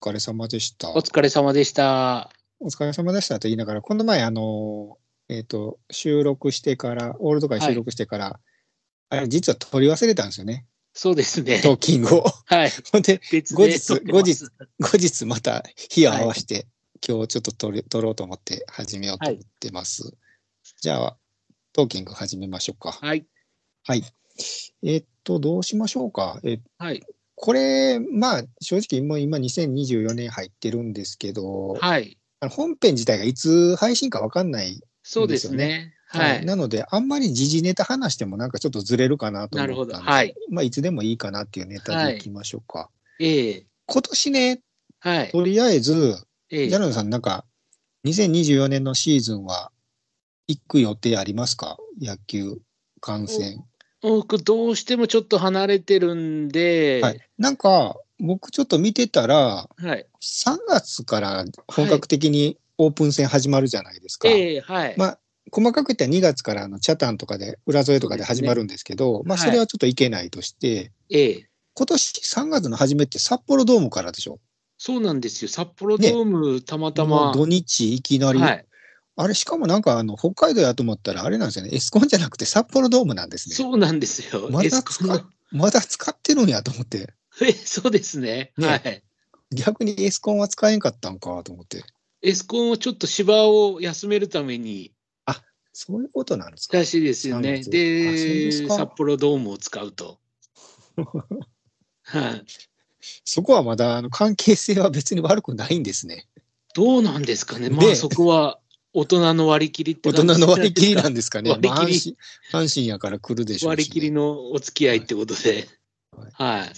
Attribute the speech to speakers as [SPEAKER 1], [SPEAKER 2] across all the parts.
[SPEAKER 1] お疲れ様でした。
[SPEAKER 2] お疲れ様でした。
[SPEAKER 1] お疲れ様でしたと言いながら、この前、あの、えっ、と、収録してから、オールド会収録してから、あれ、実は取り忘れたんですよね、
[SPEAKER 2] そうですね。
[SPEAKER 1] トーキン グを。
[SPEAKER 2] はい。
[SPEAKER 1] ほんで、
[SPEAKER 2] 別
[SPEAKER 1] 後
[SPEAKER 2] で
[SPEAKER 1] 日
[SPEAKER 2] 撮ってます
[SPEAKER 1] 後日。後日また日を合わせて、今日ちょっと取り取ろうと思って始めようと思ってます。じゃあ、トーキング始めましょうか。
[SPEAKER 2] はい。
[SPEAKER 1] はい。えっ、と、どうしましょうか。え
[SPEAKER 2] はい。
[SPEAKER 1] これ、まあ、正直、もう今、2024年入ってるんですけど、
[SPEAKER 2] はい。
[SPEAKER 1] あの本編自体がいつ配信か分かんない
[SPEAKER 2] そうですね。はい。
[SPEAKER 1] なので、あんまり時事ネタ話してもなんかちょっとずれるかなと思ったんで、
[SPEAKER 2] なるほどはい
[SPEAKER 1] まあ、いつでもいいかなっていうネタでいきましょうか。
[SPEAKER 2] ええ
[SPEAKER 1] 今年ね、
[SPEAKER 2] はい。
[SPEAKER 1] とりあえず、
[SPEAKER 2] ええ
[SPEAKER 1] ジャノンさん、なんか、2024年のシーズンは行く予定ありますか野球観戦。
[SPEAKER 2] 僕、どうしてもちょっと離れてるんで、
[SPEAKER 1] は
[SPEAKER 2] はい。
[SPEAKER 1] い、なんか、僕ちょっと見てたら、3月から本格的にオープン戦始まるじゃないですか。
[SPEAKER 2] ええはい。
[SPEAKER 1] まあ、細かく言ったら2月からあのチャタンとかで、裏添えとかで始まるんですけど、まあ、
[SPEAKER 2] はい
[SPEAKER 1] それはちょっといけないとして、
[SPEAKER 2] ええ
[SPEAKER 1] 今年3月の初めって札幌ドームからでしょ。
[SPEAKER 2] そうなんですよ。札幌ドーム、たまた
[SPEAKER 1] も
[SPEAKER 2] ま。
[SPEAKER 1] う土日いきなり。
[SPEAKER 2] はい。
[SPEAKER 1] あれ、しかもなんかあの、北海道やと思ったら、あれなんですよね。エスコンじゃなくて札幌ドームなんですね。
[SPEAKER 2] そうなんですよ。
[SPEAKER 1] まだ
[SPEAKER 2] エスコン
[SPEAKER 1] 使まだ使ってるんやと思って。
[SPEAKER 2] えそうですね。
[SPEAKER 1] ね
[SPEAKER 2] はい。
[SPEAKER 1] 逆にエスコンは使えんかったんかと思って。
[SPEAKER 2] エスコンをちょっと芝を休めるために、。
[SPEAKER 1] そういうことなんですから
[SPEAKER 2] しいですよね。
[SPEAKER 1] そうなんです
[SPEAKER 2] で、
[SPEAKER 1] あそうですか
[SPEAKER 2] 札幌ドームを使 うと。はい。
[SPEAKER 1] そこはまだあの関係性は別に悪くないんですね。
[SPEAKER 2] どうなんですかね、まあ
[SPEAKER 1] で
[SPEAKER 2] そこは大人の割り切りって
[SPEAKER 1] 大
[SPEAKER 2] 感じ
[SPEAKER 1] 人の割り切りなん
[SPEAKER 2] で
[SPEAKER 1] ですかね。
[SPEAKER 2] 割り切り
[SPEAKER 1] まあ阪神阪神やから来るですしょうしね、
[SPEAKER 2] 割り切りのお付き合いってことで、
[SPEAKER 1] はい
[SPEAKER 2] はい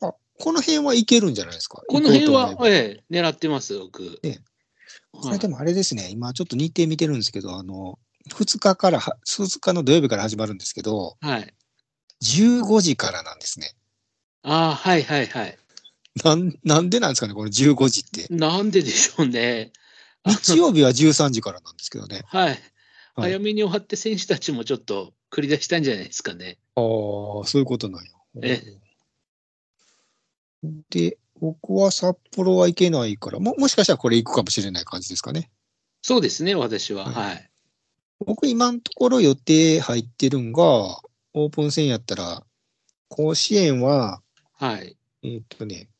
[SPEAKER 1] あこの辺はいけるんじゃないですか。
[SPEAKER 2] この辺は
[SPEAKER 1] 行こうと、思えば
[SPEAKER 2] ええ、狙ってます、僕。
[SPEAKER 1] ねこ
[SPEAKER 2] は
[SPEAKER 1] れ
[SPEAKER 2] い
[SPEAKER 1] でもあれですね、今ちょっと日程見てるんですけど、あの、2日からは、2日の土曜日から始まるんですけど、
[SPEAKER 2] はい、
[SPEAKER 1] 15時からなんですね。
[SPEAKER 2] ああ、はいはいはい。
[SPEAKER 1] なん、なんでなんですかね、この15時 って。
[SPEAKER 2] なんででしょうね。あの
[SPEAKER 1] 日曜日は13時からなんですけどね。
[SPEAKER 2] はい、
[SPEAKER 1] はい
[SPEAKER 2] 早めに終わって選手たちもちょっと繰り出したんじゃないですかね。
[SPEAKER 1] ああ、そういうことなんや。
[SPEAKER 2] え
[SPEAKER 1] で、僕は札幌は行けないから、も、もしかしたらこれ行くかもしれない感じですかね。
[SPEAKER 2] そうですね、私は。
[SPEAKER 1] は
[SPEAKER 2] はい。
[SPEAKER 1] 僕今のところ予定入ってるんが、オープン戦やったら、甲子園は、
[SPEAKER 2] はい。
[SPEAKER 1] えーっとね、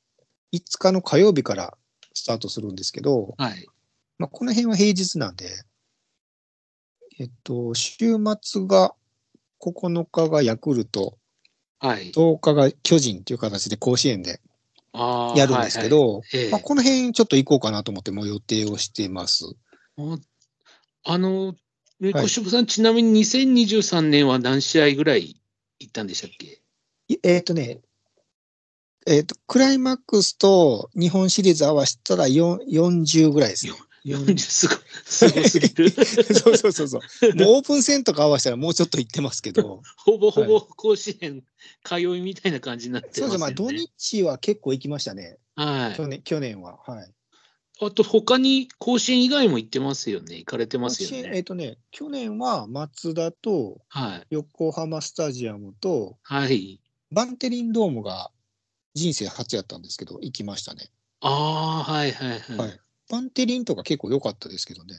[SPEAKER 1] 5日の火曜日からスタートするんですけど、
[SPEAKER 2] はい。
[SPEAKER 1] まあ、この辺は平日なんで、えっと、週末が9日がヤクルト、
[SPEAKER 2] はい。
[SPEAKER 1] 10日が巨人という形で甲子園で
[SPEAKER 2] ああ
[SPEAKER 1] やるんですけ、
[SPEAKER 2] はいはい
[SPEAKER 1] ど、
[SPEAKER 2] ええ
[SPEAKER 1] まあ、この辺ちょっと行こうかなと思って、もう予定をしてます。
[SPEAKER 2] ああの、
[SPEAKER 1] い
[SPEAKER 2] 小渋さん、ちなみに2023年は何試合ぐらい行ったんでしたっけ
[SPEAKER 1] いえーっとね、えーっと、クライマックスと日本シリーズ合わせたら4 40ぐらいですね。
[SPEAKER 2] ?40 すごい、すごすぎ る。
[SPEAKER 1] そうそうそうそう。もうオープン戦とか合わせたらもうちょっと行ってますけど。
[SPEAKER 2] ほぼほぼ甲子園通いみたいな感じになって
[SPEAKER 1] そう
[SPEAKER 2] ま
[SPEAKER 1] ですすね、まあ、
[SPEAKER 2] よ
[SPEAKER 1] 土
[SPEAKER 2] ね。
[SPEAKER 1] 日は結構行きましたね、
[SPEAKER 2] はい。
[SPEAKER 1] 去年去年は。はい、
[SPEAKER 2] あと、他に甲子園以外も行ってますよね。行かれてますよ
[SPEAKER 1] 甲子園え
[SPEAKER 2] ね。
[SPEAKER 1] っ、とね、去年は松田と
[SPEAKER 2] はい。
[SPEAKER 1] 横浜スタジアムと
[SPEAKER 2] はい。
[SPEAKER 1] バンテリンドームが人生初やったんですけど、行きましたね。
[SPEAKER 2] ああ、はいはいは
[SPEAKER 1] はいい。バンテリンとか結構良かったですけどね。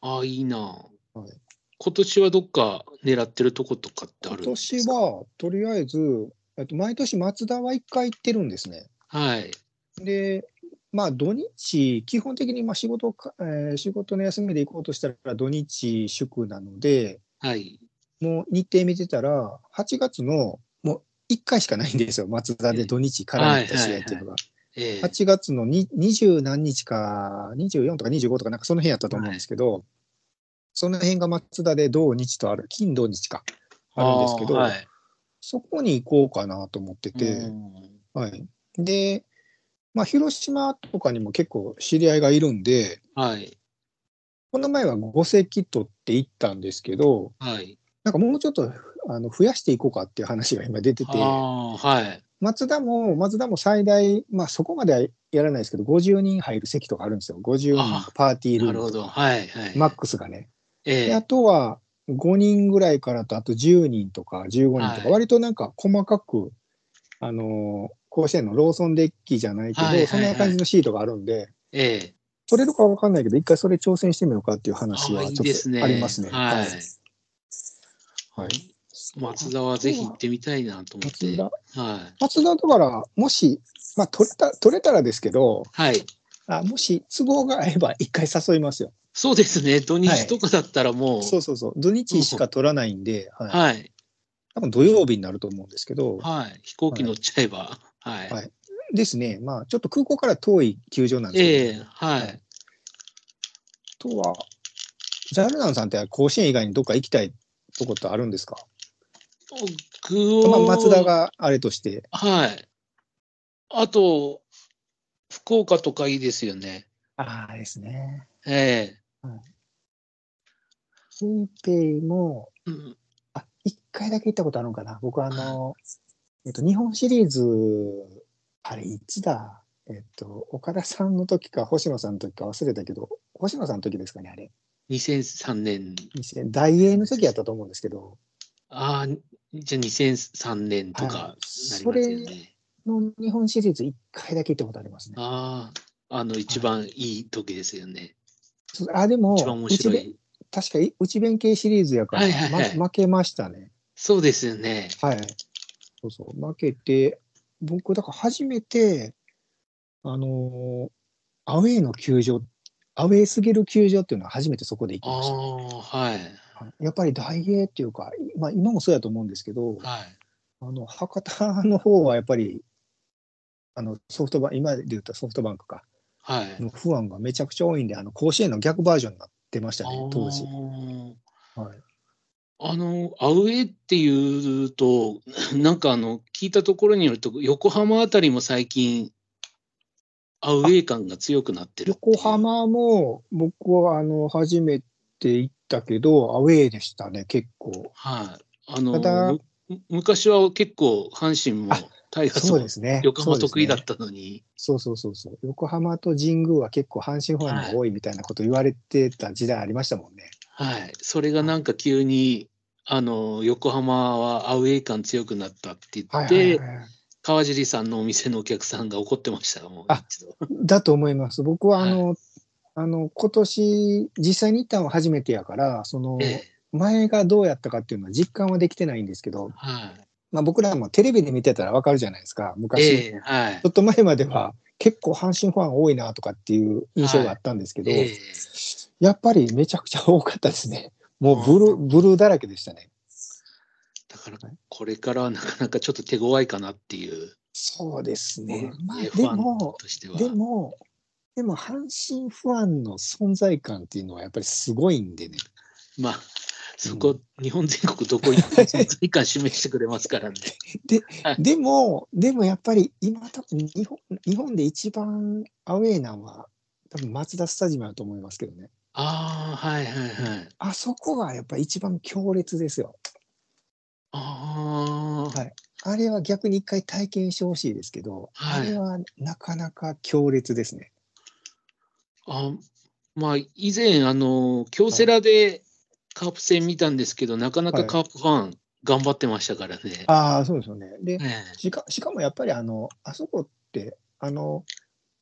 [SPEAKER 2] ああ、いいな。
[SPEAKER 1] はい
[SPEAKER 2] 今年はどっか狙ってるとことかってあ
[SPEAKER 1] 今
[SPEAKER 2] るんです
[SPEAKER 1] 年
[SPEAKER 2] か
[SPEAKER 1] はとりあえず、えっと、毎年松田は1回行ってるんですね。
[SPEAKER 2] はい。
[SPEAKER 1] で、まあ、土日、基本的にまあ仕事か、えー仕事の休みで行こうとしたら土日祝なので、
[SPEAKER 2] はい。
[SPEAKER 1] もう日程見てたら、8月のもう1回しかないんですよ、松田で土日から行った試合っていうのが。
[SPEAKER 2] ええ
[SPEAKER 1] 8月のに20何日か、24とか25とか、なんかその辺やったと思うんですけど、その辺が松田で土日とある、金土日か、あるんですけど、
[SPEAKER 2] ああはい
[SPEAKER 1] そこに行こうかなと思ってて、
[SPEAKER 2] うん
[SPEAKER 1] はい。で、まあ、広島とかにも結構知り合いがいるんで、
[SPEAKER 2] はい。
[SPEAKER 1] この前は5席取って行ったんですけど、
[SPEAKER 2] はい。
[SPEAKER 1] なんかもうちょっとあの増やしていこうかっていう話が今出てて、
[SPEAKER 2] ああー、はい。
[SPEAKER 1] 松田も、松田も最大、まあそこまではやらないですけど、50人入る席とかあるんですよ。50人
[SPEAKER 2] あ
[SPEAKER 1] パーティール
[SPEAKER 2] な
[SPEAKER 1] ー
[SPEAKER 2] るほ
[SPEAKER 1] ムと
[SPEAKER 2] ど。
[SPEAKER 1] か、
[SPEAKER 2] はい。はい。
[SPEAKER 1] マックスがね。
[SPEAKER 2] え
[SPEAKER 1] であ
[SPEAKER 2] え
[SPEAKER 1] とは5人ぐらいからと、あと10人とか15人とか、
[SPEAKER 2] はい
[SPEAKER 1] 割となんか細かく、あのー甲子園のローソンデッキじゃないけど、
[SPEAKER 2] はいはいはい
[SPEAKER 1] そんな感じのシートがあるんで、
[SPEAKER 2] え
[SPEAKER 1] 取れるかわかんないけど、一回それ挑戦してみようかっていう話は
[SPEAKER 2] あ
[SPEAKER 1] ち
[SPEAKER 2] い
[SPEAKER 1] ょ
[SPEAKER 2] い
[SPEAKER 1] っ
[SPEAKER 2] ですね
[SPEAKER 1] とありますね。
[SPEAKER 2] はい
[SPEAKER 1] はい。
[SPEAKER 2] え松田はぜひ行ってみたいなと思って。
[SPEAKER 1] 松田、
[SPEAKER 2] は
[SPEAKER 1] 松田だから、もし、まあ、取れた、取れたらですけど、
[SPEAKER 2] い。はい。
[SPEAKER 1] あもし都合があれば、一回誘いますよ。
[SPEAKER 2] そうですね。土日とかだったらもう、
[SPEAKER 1] そうそうそう。土日しか取らないんで、はい。
[SPEAKER 2] はい。
[SPEAKER 1] 多分土曜日になると思うんですけど、
[SPEAKER 2] はい。飛行機乗っちゃえば。はい。
[SPEAKER 1] はいですね。まあ、ちょっと空港から遠い球場なんですけ
[SPEAKER 2] え
[SPEAKER 1] ど、
[SPEAKER 2] えはい。
[SPEAKER 1] あとは、ジャルナンさんって甲子園以外にどっか行きたいとこってあるんですか、
[SPEAKER 2] 僕を
[SPEAKER 1] まあ、松田。があれとして、
[SPEAKER 2] はい。あと、福岡とかいいですよね。
[SPEAKER 1] ああですね。
[SPEAKER 2] え
[SPEAKER 1] 新平も、
[SPEAKER 2] えうん
[SPEAKER 1] あ、一回だけ行ったことあるのかな。僕はあの、えっと、日本シリーズ、あれ、いつだえっと、岡田さんの時か、星野さんの時か忘れたけど、星野さんの時ですかね、あれ。
[SPEAKER 2] 2003年。
[SPEAKER 1] 2000大英の時やったと思うんですけど、
[SPEAKER 2] ああ、じゃあ2003年とかなり
[SPEAKER 1] そ
[SPEAKER 2] ますよ
[SPEAKER 1] れ
[SPEAKER 2] ね。
[SPEAKER 1] の日本シリーズ一回だけ行ったことありますね。
[SPEAKER 2] ああ、あの、一番いい時ですよね。
[SPEAKER 1] そうあ、でも
[SPEAKER 2] 一番、面
[SPEAKER 1] 内
[SPEAKER 2] 白
[SPEAKER 1] 弁
[SPEAKER 2] い。
[SPEAKER 1] 確かに内弁慶シリーズやから、
[SPEAKER 2] はいはいはい
[SPEAKER 1] ま負けましたね。
[SPEAKER 2] そうですよね。
[SPEAKER 1] はい。そうそう、負けて、僕、だから初めて、あのーアウェイの球場、アウェイすぎる球場っていうのは初めてそこで行き
[SPEAKER 2] あ
[SPEAKER 1] ました。
[SPEAKER 2] あ、はい。
[SPEAKER 1] やっぱり大英っていうか、まあ、今もそうやと思うんですけど、
[SPEAKER 2] はい。
[SPEAKER 1] あの博多の方はやっぱり、あのソフトバンク、今で言ったソフトバンクか、
[SPEAKER 2] はい。
[SPEAKER 1] の不安がめちゃくちゃ多いんで、あの甲子園の逆バージョンになってましたね、当時
[SPEAKER 2] あ。ー
[SPEAKER 1] はい、
[SPEAKER 2] あの、アウェーっていうと、なんかあの、聞いたところによると、横浜あたりも最近、アウェー感が強くなってるっていう
[SPEAKER 1] 横。浜も僕はあの初めて行ったけど、アウェーでしたね、結構。
[SPEAKER 2] はい。あ
[SPEAKER 1] ただ
[SPEAKER 2] の、む昔は結構、阪神も
[SPEAKER 1] あ
[SPEAKER 2] タイガース
[SPEAKER 1] そう
[SPEAKER 2] も
[SPEAKER 1] ですね。
[SPEAKER 2] 横浜得意だ
[SPEAKER 1] た
[SPEAKER 2] ったのに、
[SPEAKER 1] そうそうそうそう。横浜と神宮は結構阪神ファンが多いみたいなこと言われてた時代ありましたもんね。
[SPEAKER 2] はい。それがなんか急に、あの、横浜はアウェー感強くなったって言
[SPEAKER 1] はい
[SPEAKER 2] っ
[SPEAKER 1] は
[SPEAKER 2] て、
[SPEAKER 1] いはいはい。
[SPEAKER 2] 川尻さんのお店のお客さんが怒ってましたよ、もう
[SPEAKER 1] あ
[SPEAKER 2] 一度。
[SPEAKER 1] だと思います。僕はあの、あの今年実際に行ったのは初めてやから、その
[SPEAKER 2] ええ
[SPEAKER 1] 前がどうやったかっていうのは実感はできてないんですけど、
[SPEAKER 2] はい。
[SPEAKER 1] まあ、僕らもテレビで見てたらわかるじゃないですか、昔。
[SPEAKER 2] ええはい
[SPEAKER 1] ちょ。っと前までは結構阪神ファン多いなとかっていう印象があったんですけど、
[SPEAKER 2] ええ
[SPEAKER 1] やっぱりめちゃくちゃ多かったですね。もうブルーブルーだらけでしたね。
[SPEAKER 2] だから、これからはなかなかちょっと手強いかなっていう、
[SPEAKER 1] そうですね。まあ、
[SPEAKER 2] ね
[SPEAKER 1] で
[SPEAKER 2] ファン
[SPEAKER 1] も、
[SPEAKER 2] としては。
[SPEAKER 1] でも、でも、阪神ファンの存在感っていうのはやっぱりすごいんでね。
[SPEAKER 2] まあ、そこ、日本全国どこ 行っても存在感示してくれますからね。
[SPEAKER 1] でも、でもやっぱり今多分日本、日本で一番アウェーなのは、多分マツダスタジアムだと思いますけどね。
[SPEAKER 2] ああ、はいはいはい。
[SPEAKER 1] あそこがやっぱり一番強烈ですよ。
[SPEAKER 2] ああ、
[SPEAKER 1] はいあれは逆に一回体験してほしいですけど、
[SPEAKER 2] はい
[SPEAKER 1] あれはなかなか強烈ですね。
[SPEAKER 2] あまあ、以前、あの、京セラでカープ戦見たんですけど、なかなかカープファン頑張ってましたからね。
[SPEAKER 1] ああ、そうですよね。で、
[SPEAKER 2] え
[SPEAKER 1] しかしかもやっぱりあの、あそこって、あの、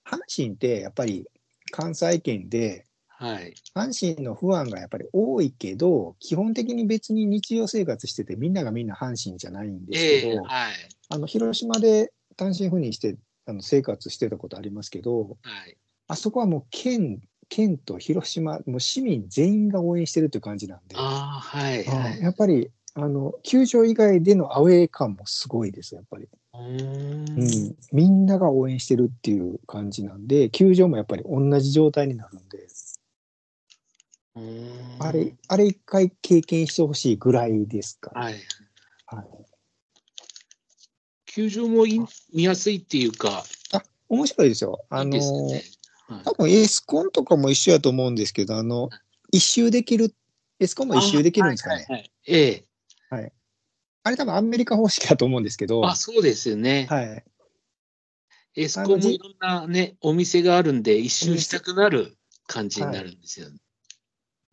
[SPEAKER 1] 阪神ってやっぱり関西圏で、
[SPEAKER 2] えはい。
[SPEAKER 1] 阪神の不安がやっぱり多いけど、基本的に別に日常生活してて、みんながみんな阪神じゃないんです
[SPEAKER 2] え
[SPEAKER 1] け
[SPEAKER 2] え
[SPEAKER 1] ど、
[SPEAKER 2] はい。
[SPEAKER 1] あの広島で単身赴任してあの生活してたことありますけど、
[SPEAKER 2] はい。
[SPEAKER 1] あそこはもう県、県と広島、もう市民全員が応援してるという感じなんで、
[SPEAKER 2] ああ、はい、は
[SPEAKER 1] うん
[SPEAKER 2] い。
[SPEAKER 1] やっぱりあの球場以外でのアウェー感もすごいです、やっぱり。
[SPEAKER 2] うーん
[SPEAKER 1] うん、みんなが応援してるっていう感じなんで、球場もやっぱり同じ状態になるんで、
[SPEAKER 2] うーん
[SPEAKER 1] あれ、あれ一回経験してほしいぐらいですから、
[SPEAKER 2] はい。
[SPEAKER 1] はい
[SPEAKER 2] 球場もい見やすいっていうか、
[SPEAKER 1] 面白いですよ。あ
[SPEAKER 2] いい
[SPEAKER 1] の、
[SPEAKER 2] ですよね。はい
[SPEAKER 1] 多分エスコンとかも一緒やと思うんですけど、あの、一周できる、エスコンも一周できるんですかね。あ,、
[SPEAKER 2] はいええ。
[SPEAKER 1] れ多分アメリカ方式だと思うんですけど、
[SPEAKER 2] あ、そうですよね。
[SPEAKER 1] はい。
[SPEAKER 2] エスコンもいろんなね、お店があるんで、一周したくなる感じになるんですよね。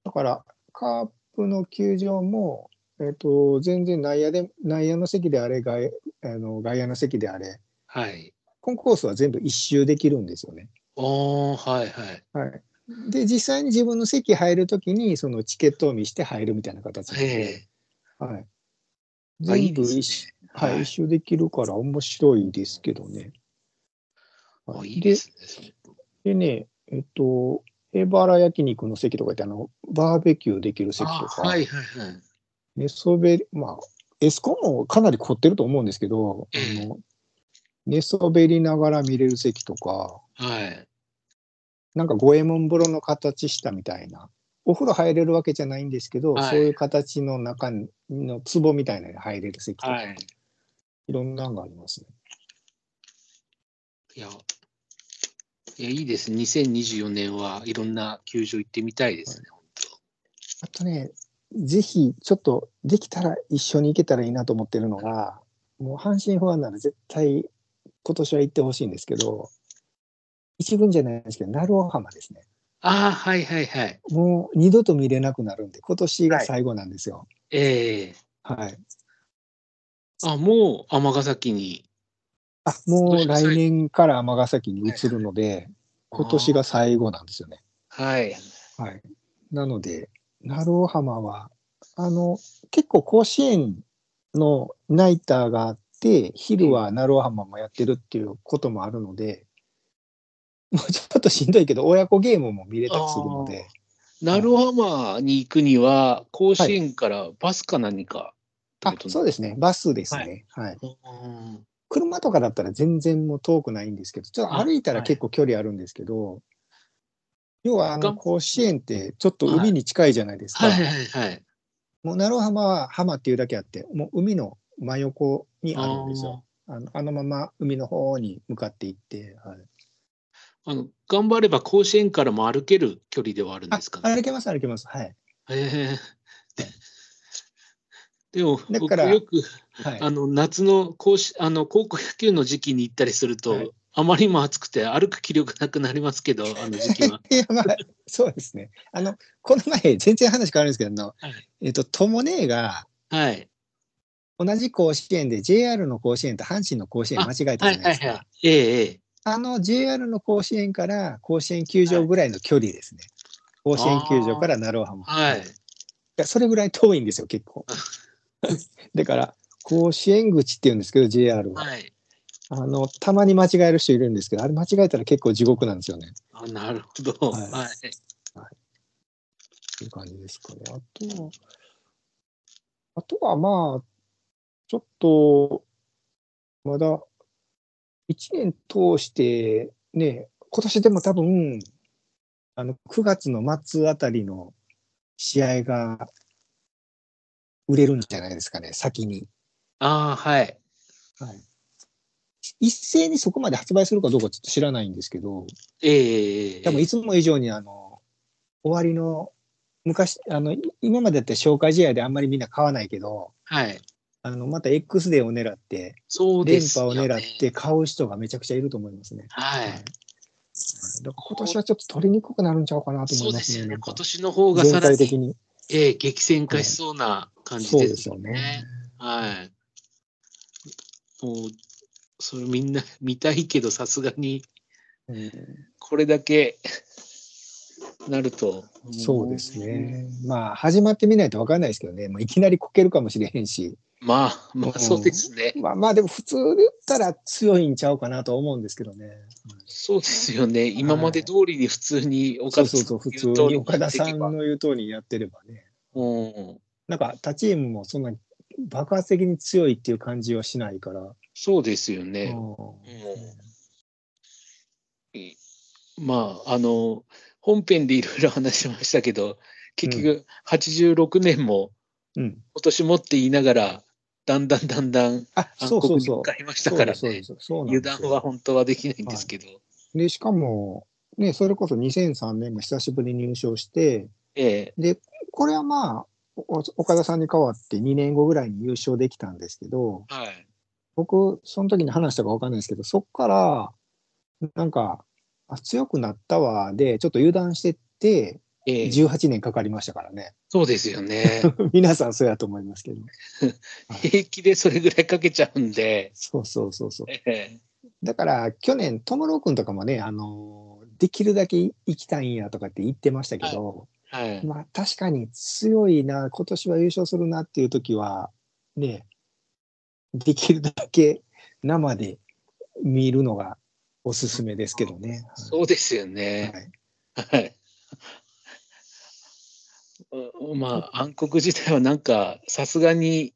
[SPEAKER 1] だから、カープの球場も、えっ、と、全然内野で、内野の席であれ、外あの外野の席であれ、
[SPEAKER 2] はい。
[SPEAKER 1] コンコースは全部一周できるんですよね。
[SPEAKER 2] おー、はいはい。
[SPEAKER 1] はい、で実際に自分の席入るときにそのチケットを見して入るみたいな形
[SPEAKER 2] え
[SPEAKER 1] で、
[SPEAKER 2] え
[SPEAKER 1] はい、
[SPEAKER 2] あい
[SPEAKER 1] 全
[SPEAKER 2] い
[SPEAKER 1] 部
[SPEAKER 2] ですね
[SPEAKER 1] 一周はい
[SPEAKER 2] はい
[SPEAKER 1] 一周できるから面白いですけどね。
[SPEAKER 2] あいいですね。
[SPEAKER 1] でね、えっと、エバラ焼肉の席とかってあの、バーベキューできる席と
[SPEAKER 2] あ
[SPEAKER 1] か、
[SPEAKER 2] はいはいはい。
[SPEAKER 1] 寝そべり、まあ、エスコンもかなり凝ってると思うんですけど、
[SPEAKER 2] ええ
[SPEAKER 1] あの寝そべりながら見れる席とか、
[SPEAKER 2] はい。
[SPEAKER 1] なんか五右衛門風呂の形したみたいな、お風呂入れるわけじゃないんですけど、
[SPEAKER 2] はい
[SPEAKER 1] そういう形の中の壺みたいなのに入れる席とか、、
[SPEAKER 2] はいい。
[SPEAKER 1] ろんなのがありますね。
[SPEAKER 2] いや、いや、いいです。2024年はいろんな球場行ってみたいですね。
[SPEAKER 1] あとね、ぜひちょっとできたら一緒に行けたらいいなと思ってるのが、もう阪神ファンなら絶対今年は行ってほしいんですけど、一軍じゃないですけど、鳴尾浜ですね。
[SPEAKER 2] ああ、はいはいはい。
[SPEAKER 1] もう二度と見れなくなるんで、今年が最後なんですよ。
[SPEAKER 2] ええ
[SPEAKER 1] はい。
[SPEAKER 2] あ、もう尼崎に。
[SPEAKER 1] あ、もう来年から尼崎に移るので、今年が最後なんですよね。
[SPEAKER 2] はい。
[SPEAKER 1] はい。なので、鳴尾浜は、あの、結構甲子園のナイターがあって、昼は鳴尾浜もやってるっていうこともあるので、もうちょっとしんどいけど、親子ゲームも見れたりするので、
[SPEAKER 2] 鳴尾浜に行くには、甲子園からバスか何かって
[SPEAKER 1] あ
[SPEAKER 2] こ、と
[SPEAKER 1] そう
[SPEAKER 2] で
[SPEAKER 1] ですね、バスですね。はい。
[SPEAKER 2] す。うん
[SPEAKER 1] 車とかだったら全然もう遠くないんですけど、ちょっと
[SPEAKER 2] あ
[SPEAKER 1] 歩いたら
[SPEAKER 2] はい
[SPEAKER 1] 結構距離あるんですけど、要はあ
[SPEAKER 2] が
[SPEAKER 1] の
[SPEAKER 2] ん
[SPEAKER 1] 甲子園ってちょっと海に近いじゃないですか。
[SPEAKER 2] はいはいはい。
[SPEAKER 1] もう奈良浜は浜っていうだけあって、もう海の真横にあるんですよ。あのあのまま海の方に向かっていって、はい、
[SPEAKER 2] あの頑張れば甲子園からも歩ける距離ではあるん
[SPEAKER 1] あ
[SPEAKER 2] ですかね。
[SPEAKER 1] 歩けます歩けますはい、
[SPEAKER 2] ええでも、
[SPEAKER 1] だ
[SPEAKER 2] 僕
[SPEAKER 1] から
[SPEAKER 2] よく
[SPEAKER 1] はい、
[SPEAKER 2] あの夏の甲子あの高校野球の時期に行ったりすると、
[SPEAKER 1] はい
[SPEAKER 2] あまりにも暑くて歩く気力なくなります けど、あの時期は。
[SPEAKER 1] いやまあそうですねあのこの前全然話変わるんですけどあの、
[SPEAKER 2] はい
[SPEAKER 1] えっと友姉が
[SPEAKER 2] はい。
[SPEAKER 1] 同じ甲子園で JR の甲子園と阪神の甲子園間違えた
[SPEAKER 2] は
[SPEAKER 1] じゃ
[SPEAKER 2] い
[SPEAKER 1] な
[SPEAKER 2] は
[SPEAKER 1] で
[SPEAKER 2] いい
[SPEAKER 1] すか、
[SPEAKER 2] はい。ええええ。
[SPEAKER 1] あの JR の甲子園から甲子園球場ぐらいの距離ですね。甲子園球場から奈良浜。
[SPEAKER 2] はい。
[SPEAKER 1] やそれぐらい遠いんですよ、結構。 だから、甲子園口って言うんですけど、JR は。
[SPEAKER 2] はい。
[SPEAKER 1] あの、たまに間違える人いるんですけど、あれ間違えたら結構地獄なんですよね。
[SPEAKER 2] あなるほど。
[SPEAKER 1] はい
[SPEAKER 2] はい。
[SPEAKER 1] っていう感じですかね。あとは、あとはまあ、ちょっと、まだ1年通して、ね、今年でも多分、あの9月の末あたりの試合が売れるんじゃないですかね、先に。
[SPEAKER 2] ああ、はい。
[SPEAKER 1] 一斉にそこまで発売するかどうかちょっと知らないんですけど、
[SPEAKER 2] ええええ。
[SPEAKER 1] 多分いつも以上にあの終わりの昔あのい今までだって紹介試合であんまりみんな買わないけど
[SPEAKER 2] はい。
[SPEAKER 1] あのまた X デーを狙って
[SPEAKER 2] そう
[SPEAKER 1] 連
[SPEAKER 2] です
[SPEAKER 1] 覇
[SPEAKER 2] よ、
[SPEAKER 1] を
[SPEAKER 2] ね。
[SPEAKER 1] 狙って。買う人がめちゃくちゃいると思いますね。
[SPEAKER 2] はい。
[SPEAKER 1] だから今年はちょっと取りにくくなるんちゃうかなと思
[SPEAKER 2] そ
[SPEAKER 1] いうま
[SPEAKER 2] ですす
[SPEAKER 1] ね。
[SPEAKER 2] よ
[SPEAKER 1] な
[SPEAKER 2] ね。
[SPEAKER 1] んか
[SPEAKER 2] 今年の方が
[SPEAKER 1] 全
[SPEAKER 2] さら
[SPEAKER 1] 体的
[SPEAKER 2] に、
[SPEAKER 1] に。
[SPEAKER 2] ええ、激戦化しそうな感じ
[SPEAKER 1] そう
[SPEAKER 2] で
[SPEAKER 1] ですす
[SPEAKER 2] よ
[SPEAKER 1] よ
[SPEAKER 2] ね。
[SPEAKER 1] ね。
[SPEAKER 2] はい。もう、それみんな見たいけど、さすがに、
[SPEAKER 1] うん
[SPEAKER 2] これだけ なると。
[SPEAKER 1] そうですね。まあ始まってみないと分かんないですけどね。まあ、いきなりこけるかもしれへんし。
[SPEAKER 2] まあ、まあ、そうですね。
[SPEAKER 1] まあまあでも普通で言ったら強いんちゃうかなと思うんですけどね。
[SPEAKER 2] そうですよね。今まで通りに普通に
[SPEAKER 1] そ
[SPEAKER 2] 岡
[SPEAKER 1] う
[SPEAKER 2] 田
[SPEAKER 1] そう
[SPEAKER 2] さ
[SPEAKER 1] そ
[SPEAKER 2] ん
[SPEAKER 1] う、普通
[SPEAKER 2] の言う通
[SPEAKER 1] に
[SPEAKER 2] り
[SPEAKER 1] 岡田さんの
[SPEAKER 2] に
[SPEAKER 1] 言う通りにやってればね、
[SPEAKER 2] うん
[SPEAKER 1] なんか他チームもそんなに爆発的に強いっていう感じはしないから、
[SPEAKER 2] そうですよ
[SPEAKER 1] う
[SPEAKER 2] ね。
[SPEAKER 1] ん
[SPEAKER 2] いまあ、あの、本編でいろいろ話しましたけど、結局、86年も
[SPEAKER 1] うん、
[SPEAKER 2] 今年もって言いながら、だんだんだんだん
[SPEAKER 1] あそ
[SPEAKER 2] 暗
[SPEAKER 1] うそう
[SPEAKER 2] 黒に
[SPEAKER 1] そ
[SPEAKER 2] 向
[SPEAKER 1] う。
[SPEAKER 2] かいました
[SPEAKER 1] そう
[SPEAKER 2] か
[SPEAKER 1] で
[SPEAKER 2] ら
[SPEAKER 1] すそうで
[SPEAKER 2] ね。
[SPEAKER 1] すそうなん
[SPEAKER 2] 油
[SPEAKER 1] で
[SPEAKER 2] 断
[SPEAKER 1] す
[SPEAKER 2] は
[SPEAKER 1] よ
[SPEAKER 2] 本当はできないんですけど。
[SPEAKER 1] で、しかも、ね、それこそ2003年も久しぶりに入賞して、
[SPEAKER 2] ええ
[SPEAKER 1] これはまあ、お岡田さんに代わって2年後ぐらいに優勝できたんですけど、
[SPEAKER 2] はい。
[SPEAKER 1] 僕、その時に話したか分かんないですけど、そっから、なんか、あ強くなったわ、で、ちょっと油断してって、
[SPEAKER 2] ええ
[SPEAKER 1] 18年かかりましたからね。
[SPEAKER 2] そうですよね。
[SPEAKER 1] 皆さんそうやと思いますけど。
[SPEAKER 2] 平気でそれぐらいかけちゃうんで。
[SPEAKER 1] そうそうそうそう。
[SPEAKER 2] ええ
[SPEAKER 1] だから去年、トムロー君とかもね、あのーできるだけ行きたいんやとかって言ってましたけど、
[SPEAKER 2] はい。
[SPEAKER 1] まあ確かに強いな、今年は優勝するなっていう時は、ね、できるだけ生で見るのがおすすめですけどね。
[SPEAKER 2] そうですよ
[SPEAKER 1] は
[SPEAKER 2] ね。
[SPEAKER 1] い、
[SPEAKER 2] はい。うまあ、暗黒自体はなんか、さすがに、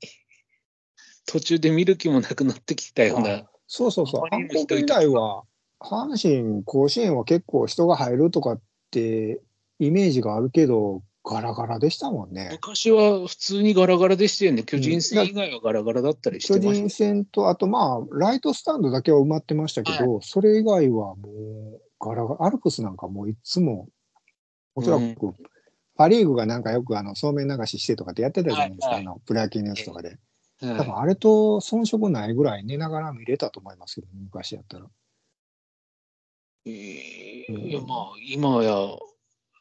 [SPEAKER 2] 途中で見る気もなくなってきたような。
[SPEAKER 1] そうそうそう、
[SPEAKER 2] あん
[SPEAKER 1] 暗
[SPEAKER 2] まりの人
[SPEAKER 1] 黒
[SPEAKER 2] いた
[SPEAKER 1] 時代は、阪神甲子園は結構人が入るとかってイメージがあるけど、ガラガラでしたもんね。
[SPEAKER 2] 昔は普通にガラガラでしたよね。巨人戦以外はガラガラだったりして
[SPEAKER 1] 巨
[SPEAKER 2] まし
[SPEAKER 1] 人戦と、あとまあ、ライトスタンドだけは埋まってましたけど、それ以外はもう、ガラガラ、アルプスなんかもういつも、おそら
[SPEAKER 2] うん
[SPEAKER 1] く、パ・リーグがなんかよくあのそうめん流ししてとかってやってたじゃないですか、
[SPEAKER 2] はいはい
[SPEAKER 1] あのプロ野球ニュースとかで。
[SPEAKER 2] た。
[SPEAKER 1] 多
[SPEAKER 2] はい
[SPEAKER 1] 分あれと遜色ないぐらい寝ながら見れたと思いますけど、昔やったら。
[SPEAKER 2] いやまあ今や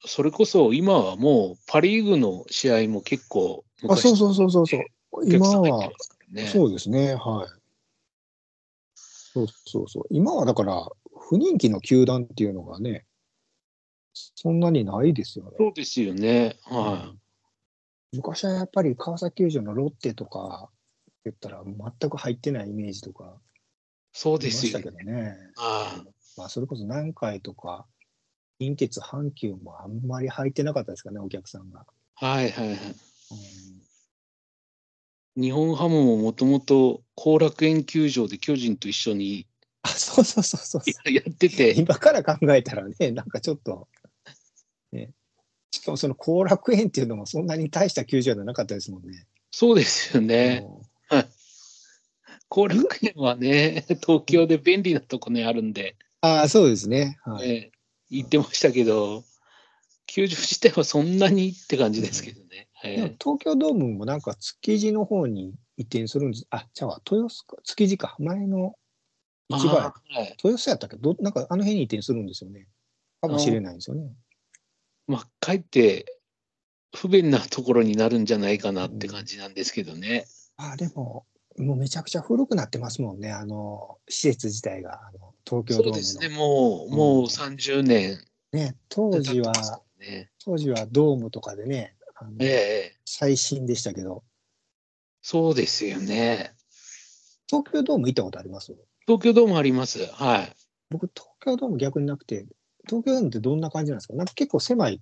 [SPEAKER 2] それこそ今はもうパ・リーグの試合も結構
[SPEAKER 1] あ、そう
[SPEAKER 2] う
[SPEAKER 1] そうそうそうそう。今は、
[SPEAKER 2] う
[SPEAKER 1] そうですね、はい。そうそうそう。今はだから、不人気の球団っていうのがね、そんなにないですよね。
[SPEAKER 2] そうですよねは
[SPEAKER 1] 昔はやっぱり川崎球場のロッテとか言ったら全く入ってないイメージとか
[SPEAKER 2] いそう
[SPEAKER 1] あり
[SPEAKER 2] で
[SPEAKER 1] ますし
[SPEAKER 2] よ
[SPEAKER 1] た
[SPEAKER 2] ね
[SPEAKER 1] けどね。
[SPEAKER 2] あ
[SPEAKER 1] まあ、それこそ南海とか近鉄阪急もあんまり入ってなかったですかね、お客さんが。
[SPEAKER 2] あはいはいはい
[SPEAKER 1] うん
[SPEAKER 2] 日本ハムももともと後楽園球場で巨人と一緒に
[SPEAKER 1] あ、そうそうそうそうそう。
[SPEAKER 2] やってて
[SPEAKER 1] 今から考えたらね、なんかちょっと、ね、しかもその後楽園っていうのもそんなに大した球場じゃなかったですもんね。
[SPEAKER 2] そうですよね
[SPEAKER 1] うん
[SPEAKER 2] 後楽園はね東京で便利なとこねあるんで、
[SPEAKER 1] ああ、そうですね。はい
[SPEAKER 2] ね、行ってましたけど球場自体はそんなにって感じですけどね、はい
[SPEAKER 1] でも東京ドームもなんか築地の方に移転するんです。あ、じゃあ、豊洲か、築地か、前の市場や
[SPEAKER 2] あ、ーはい
[SPEAKER 1] 豊洲やったっけど、なんかあの辺に移転するんですよね。かもしれないですよね。
[SPEAKER 2] まあ、かえって不便なところになるんじゃないかなって感じなんですけどね。
[SPEAKER 1] あ、でも、もうめちゃくちゃ古くなってますもんね、あの、施設自体が、あの東京
[SPEAKER 2] そ
[SPEAKER 1] ド
[SPEAKER 2] うで
[SPEAKER 1] ー
[SPEAKER 2] す
[SPEAKER 1] ム
[SPEAKER 2] ね、
[SPEAKER 1] の。
[SPEAKER 2] もう、
[SPEAKER 1] うん
[SPEAKER 2] もう30年
[SPEAKER 1] ね、当時は
[SPEAKER 2] 経って、ますからね。
[SPEAKER 1] 当時はドームとかでね、あの
[SPEAKER 2] ええええ、
[SPEAKER 1] 最新でしたけど、
[SPEAKER 2] そうですよね。
[SPEAKER 1] 東京ドーム行ったことあります
[SPEAKER 2] 東京ドームあります。はい。
[SPEAKER 1] 僕、東京ドーム逆になくて、東京ドームってどんな感じなんですかなんか結構狭いっ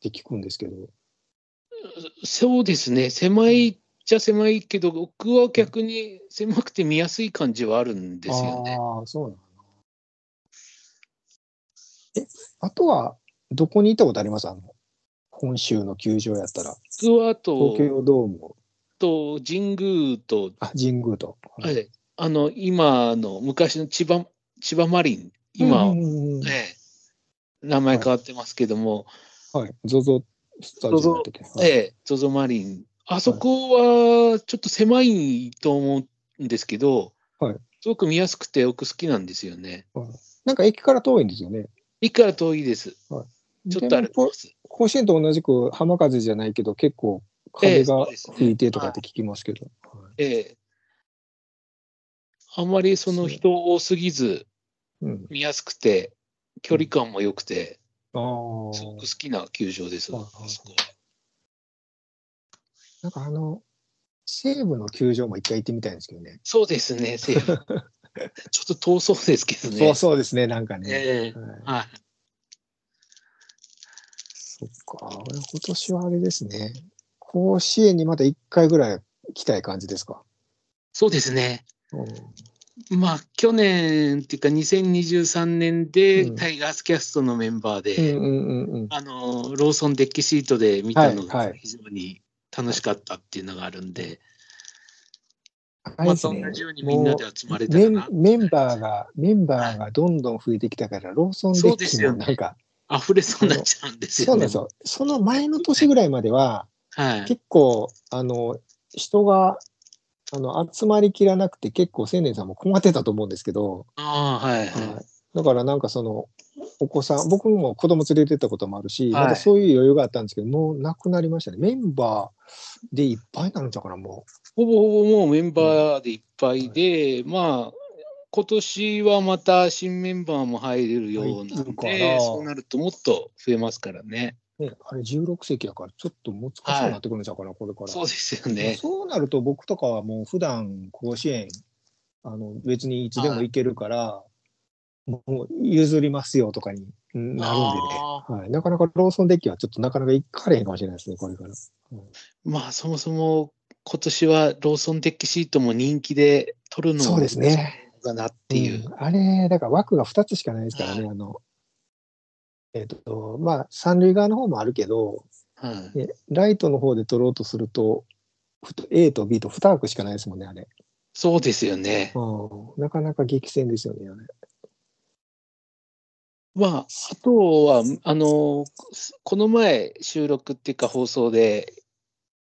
[SPEAKER 1] て聞くんですけど。
[SPEAKER 2] そうですね、狭いっちゃ狭いけど、僕は逆に狭くて見やすい感じはあるんですよね。
[SPEAKER 1] ああ、そうなの。え、あとは、どこに行ったことありますあの、本州の球場やったら、
[SPEAKER 2] 僕はあ
[SPEAKER 1] 東
[SPEAKER 2] と、
[SPEAKER 1] 京ドーム、
[SPEAKER 2] と神宮と、
[SPEAKER 1] あ、神宮と。
[SPEAKER 2] はいあの、今の昔の千葉、千葉マリン、今、
[SPEAKER 1] うんうんうんうん
[SPEAKER 2] ええ、名前変わってますけども、
[SPEAKER 1] はい、ZOZO スタジオだったっけはい
[SPEAKER 2] ええ、ゾゾマリン、あそこはちょっと狭いと思うんですけど、
[SPEAKER 1] はい
[SPEAKER 2] すごく見やすくて、僕好きなんですよね。
[SPEAKER 1] なんか駅から遠いんですよね。
[SPEAKER 2] いくら遠いです。ちょっ
[SPEAKER 1] で
[SPEAKER 2] と歩き
[SPEAKER 1] も
[SPEAKER 2] ま
[SPEAKER 1] こ
[SPEAKER 2] す。
[SPEAKER 1] 甲子園と同じく浜風じゃないけど、結構風が
[SPEAKER 2] ええそうですね
[SPEAKER 1] 吹いてとかって聞きますけど。はい
[SPEAKER 2] ええ。あんまりその人多すぎず、
[SPEAKER 1] うん、
[SPEAKER 2] 見やすくて、距離感も良くて、
[SPEAKER 1] あ
[SPEAKER 2] すごく
[SPEAKER 1] ー
[SPEAKER 2] 好きな球場です。
[SPEAKER 1] あー
[SPEAKER 2] あそこ
[SPEAKER 1] なんかあの、西武の球場も一回行ってみたいんですけどね。
[SPEAKER 2] そうで すね、西武ちょっと遠そうですけどね。
[SPEAKER 1] そうそうですね、なんかね。
[SPEAKER 2] ええ
[SPEAKER 1] はい
[SPEAKER 2] はい。
[SPEAKER 1] そっか、俺今年はあれですね。甲子園にまた1回ぐらい来たい感じですか。
[SPEAKER 2] そうですね。
[SPEAKER 1] うん
[SPEAKER 2] まあ、去年っていうか、2023年で、
[SPEAKER 1] うん
[SPEAKER 2] タイガースキャストのメンバーで、
[SPEAKER 1] うんうんうんうん。
[SPEAKER 2] あの、ローソンデッキシートで見たの
[SPEAKER 1] はいは
[SPEAKER 2] が
[SPEAKER 1] い
[SPEAKER 2] 非常に楽しかったっていうのがあるんで、
[SPEAKER 1] あれ
[SPEAKER 2] ま
[SPEAKER 1] です
[SPEAKER 2] た
[SPEAKER 1] ね
[SPEAKER 2] 同じようにみんなで集まれた
[SPEAKER 1] メ
[SPEAKER 2] ら
[SPEAKER 1] ン
[SPEAKER 2] な。
[SPEAKER 1] メンバーが、メンバーがどんどん増えてきたから、ローソンデ
[SPEAKER 2] そう
[SPEAKER 1] ッ
[SPEAKER 2] で
[SPEAKER 1] キ
[SPEAKER 2] すよ
[SPEAKER 1] も
[SPEAKER 2] ね
[SPEAKER 1] なんか、
[SPEAKER 2] 溢れそうになっちゃうんです
[SPEAKER 1] そう
[SPEAKER 2] よ
[SPEAKER 1] なん
[SPEAKER 2] ね。
[SPEAKER 1] ですよ。その前の年ぐらいまでは、
[SPEAKER 2] はい。
[SPEAKER 1] 結構、あの、人が、あの、集まりきらなくて、結構青年さんも困ってたと思うんですけど、
[SPEAKER 2] ああ、はい。はい
[SPEAKER 1] だからなんかその、お子さん、僕も子供連れてったこともあるし、
[SPEAKER 2] はい
[SPEAKER 1] またそういう余裕があったんですけど、もうなくなりましたね。メンバーでいっぱいになるんちゃうかな、も
[SPEAKER 2] ほぼほぼもうメンバーでいっぱいで、まあ、今年はまた新メンバーも入れるような
[SPEAKER 1] 入る
[SPEAKER 2] ん
[SPEAKER 1] か
[SPEAKER 2] で、
[SPEAKER 1] な
[SPEAKER 2] そうなるともっと増えますからね。
[SPEAKER 1] ね、あれ16席だから、ちょっと難しそうになってくるんちゃうかな、これから。
[SPEAKER 2] そうですよね。
[SPEAKER 1] そうなると僕とかはもう普段甲子園あの別にいつでも行けるから、もう譲りますよとかになるんでね、
[SPEAKER 2] あ
[SPEAKER 1] はい、なかなかローソンデッキはちょっとなかなか行かれへんかもしれないですねこれから。
[SPEAKER 2] ーまあ、そもそも今年はローソンデッキシートも人気で取るの
[SPEAKER 1] そうですね。
[SPEAKER 2] かなっていう。
[SPEAKER 1] んあれだから枠が2つしかないですからね、
[SPEAKER 2] は
[SPEAKER 1] あのえっ、とまあ三塁側の方もあるけど
[SPEAKER 2] はい
[SPEAKER 1] でライトの方で取ろうとするとふと A と B と2枠しかないですもんねあれ、
[SPEAKER 2] そうですよね。
[SPEAKER 1] うん、なかなか激戦ですよねあれ。
[SPEAKER 2] まあ、あとは、あの、この前収録っていうか放送で、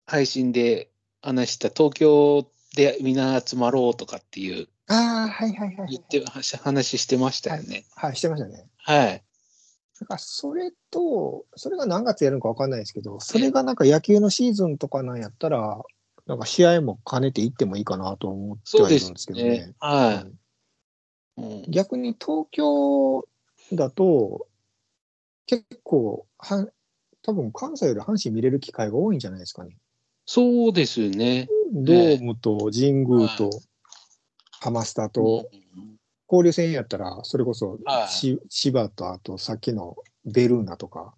[SPEAKER 2] 配信で話した東京でみんな集まろうとかっていう、
[SPEAKER 1] ああはいはいはい、はい
[SPEAKER 2] 言って、話してましたよね。
[SPEAKER 1] はい、してましたね。
[SPEAKER 2] はい。
[SPEAKER 1] だからそれと、それが何月やるのか分かんないですけど、それがなんか野球のシーズンとかなんやったら、なんか試合も兼ねていってもいいかなと思って
[SPEAKER 2] そう
[SPEAKER 1] はい
[SPEAKER 2] で
[SPEAKER 1] る
[SPEAKER 2] す
[SPEAKER 1] んですけどね。
[SPEAKER 2] ね。はい。うん
[SPEAKER 1] 逆に東京だと、結構は、多分関西より阪神見れる機会が多いんじゃないですかね。
[SPEAKER 2] そうですよね。
[SPEAKER 1] ドームと神宮
[SPEAKER 2] は
[SPEAKER 1] とハマスタと、
[SPEAKER 2] うん
[SPEAKER 1] 交流戦やったら、それこそ
[SPEAKER 2] はい
[SPEAKER 1] し、千葉とあとさっきのベルーナとか、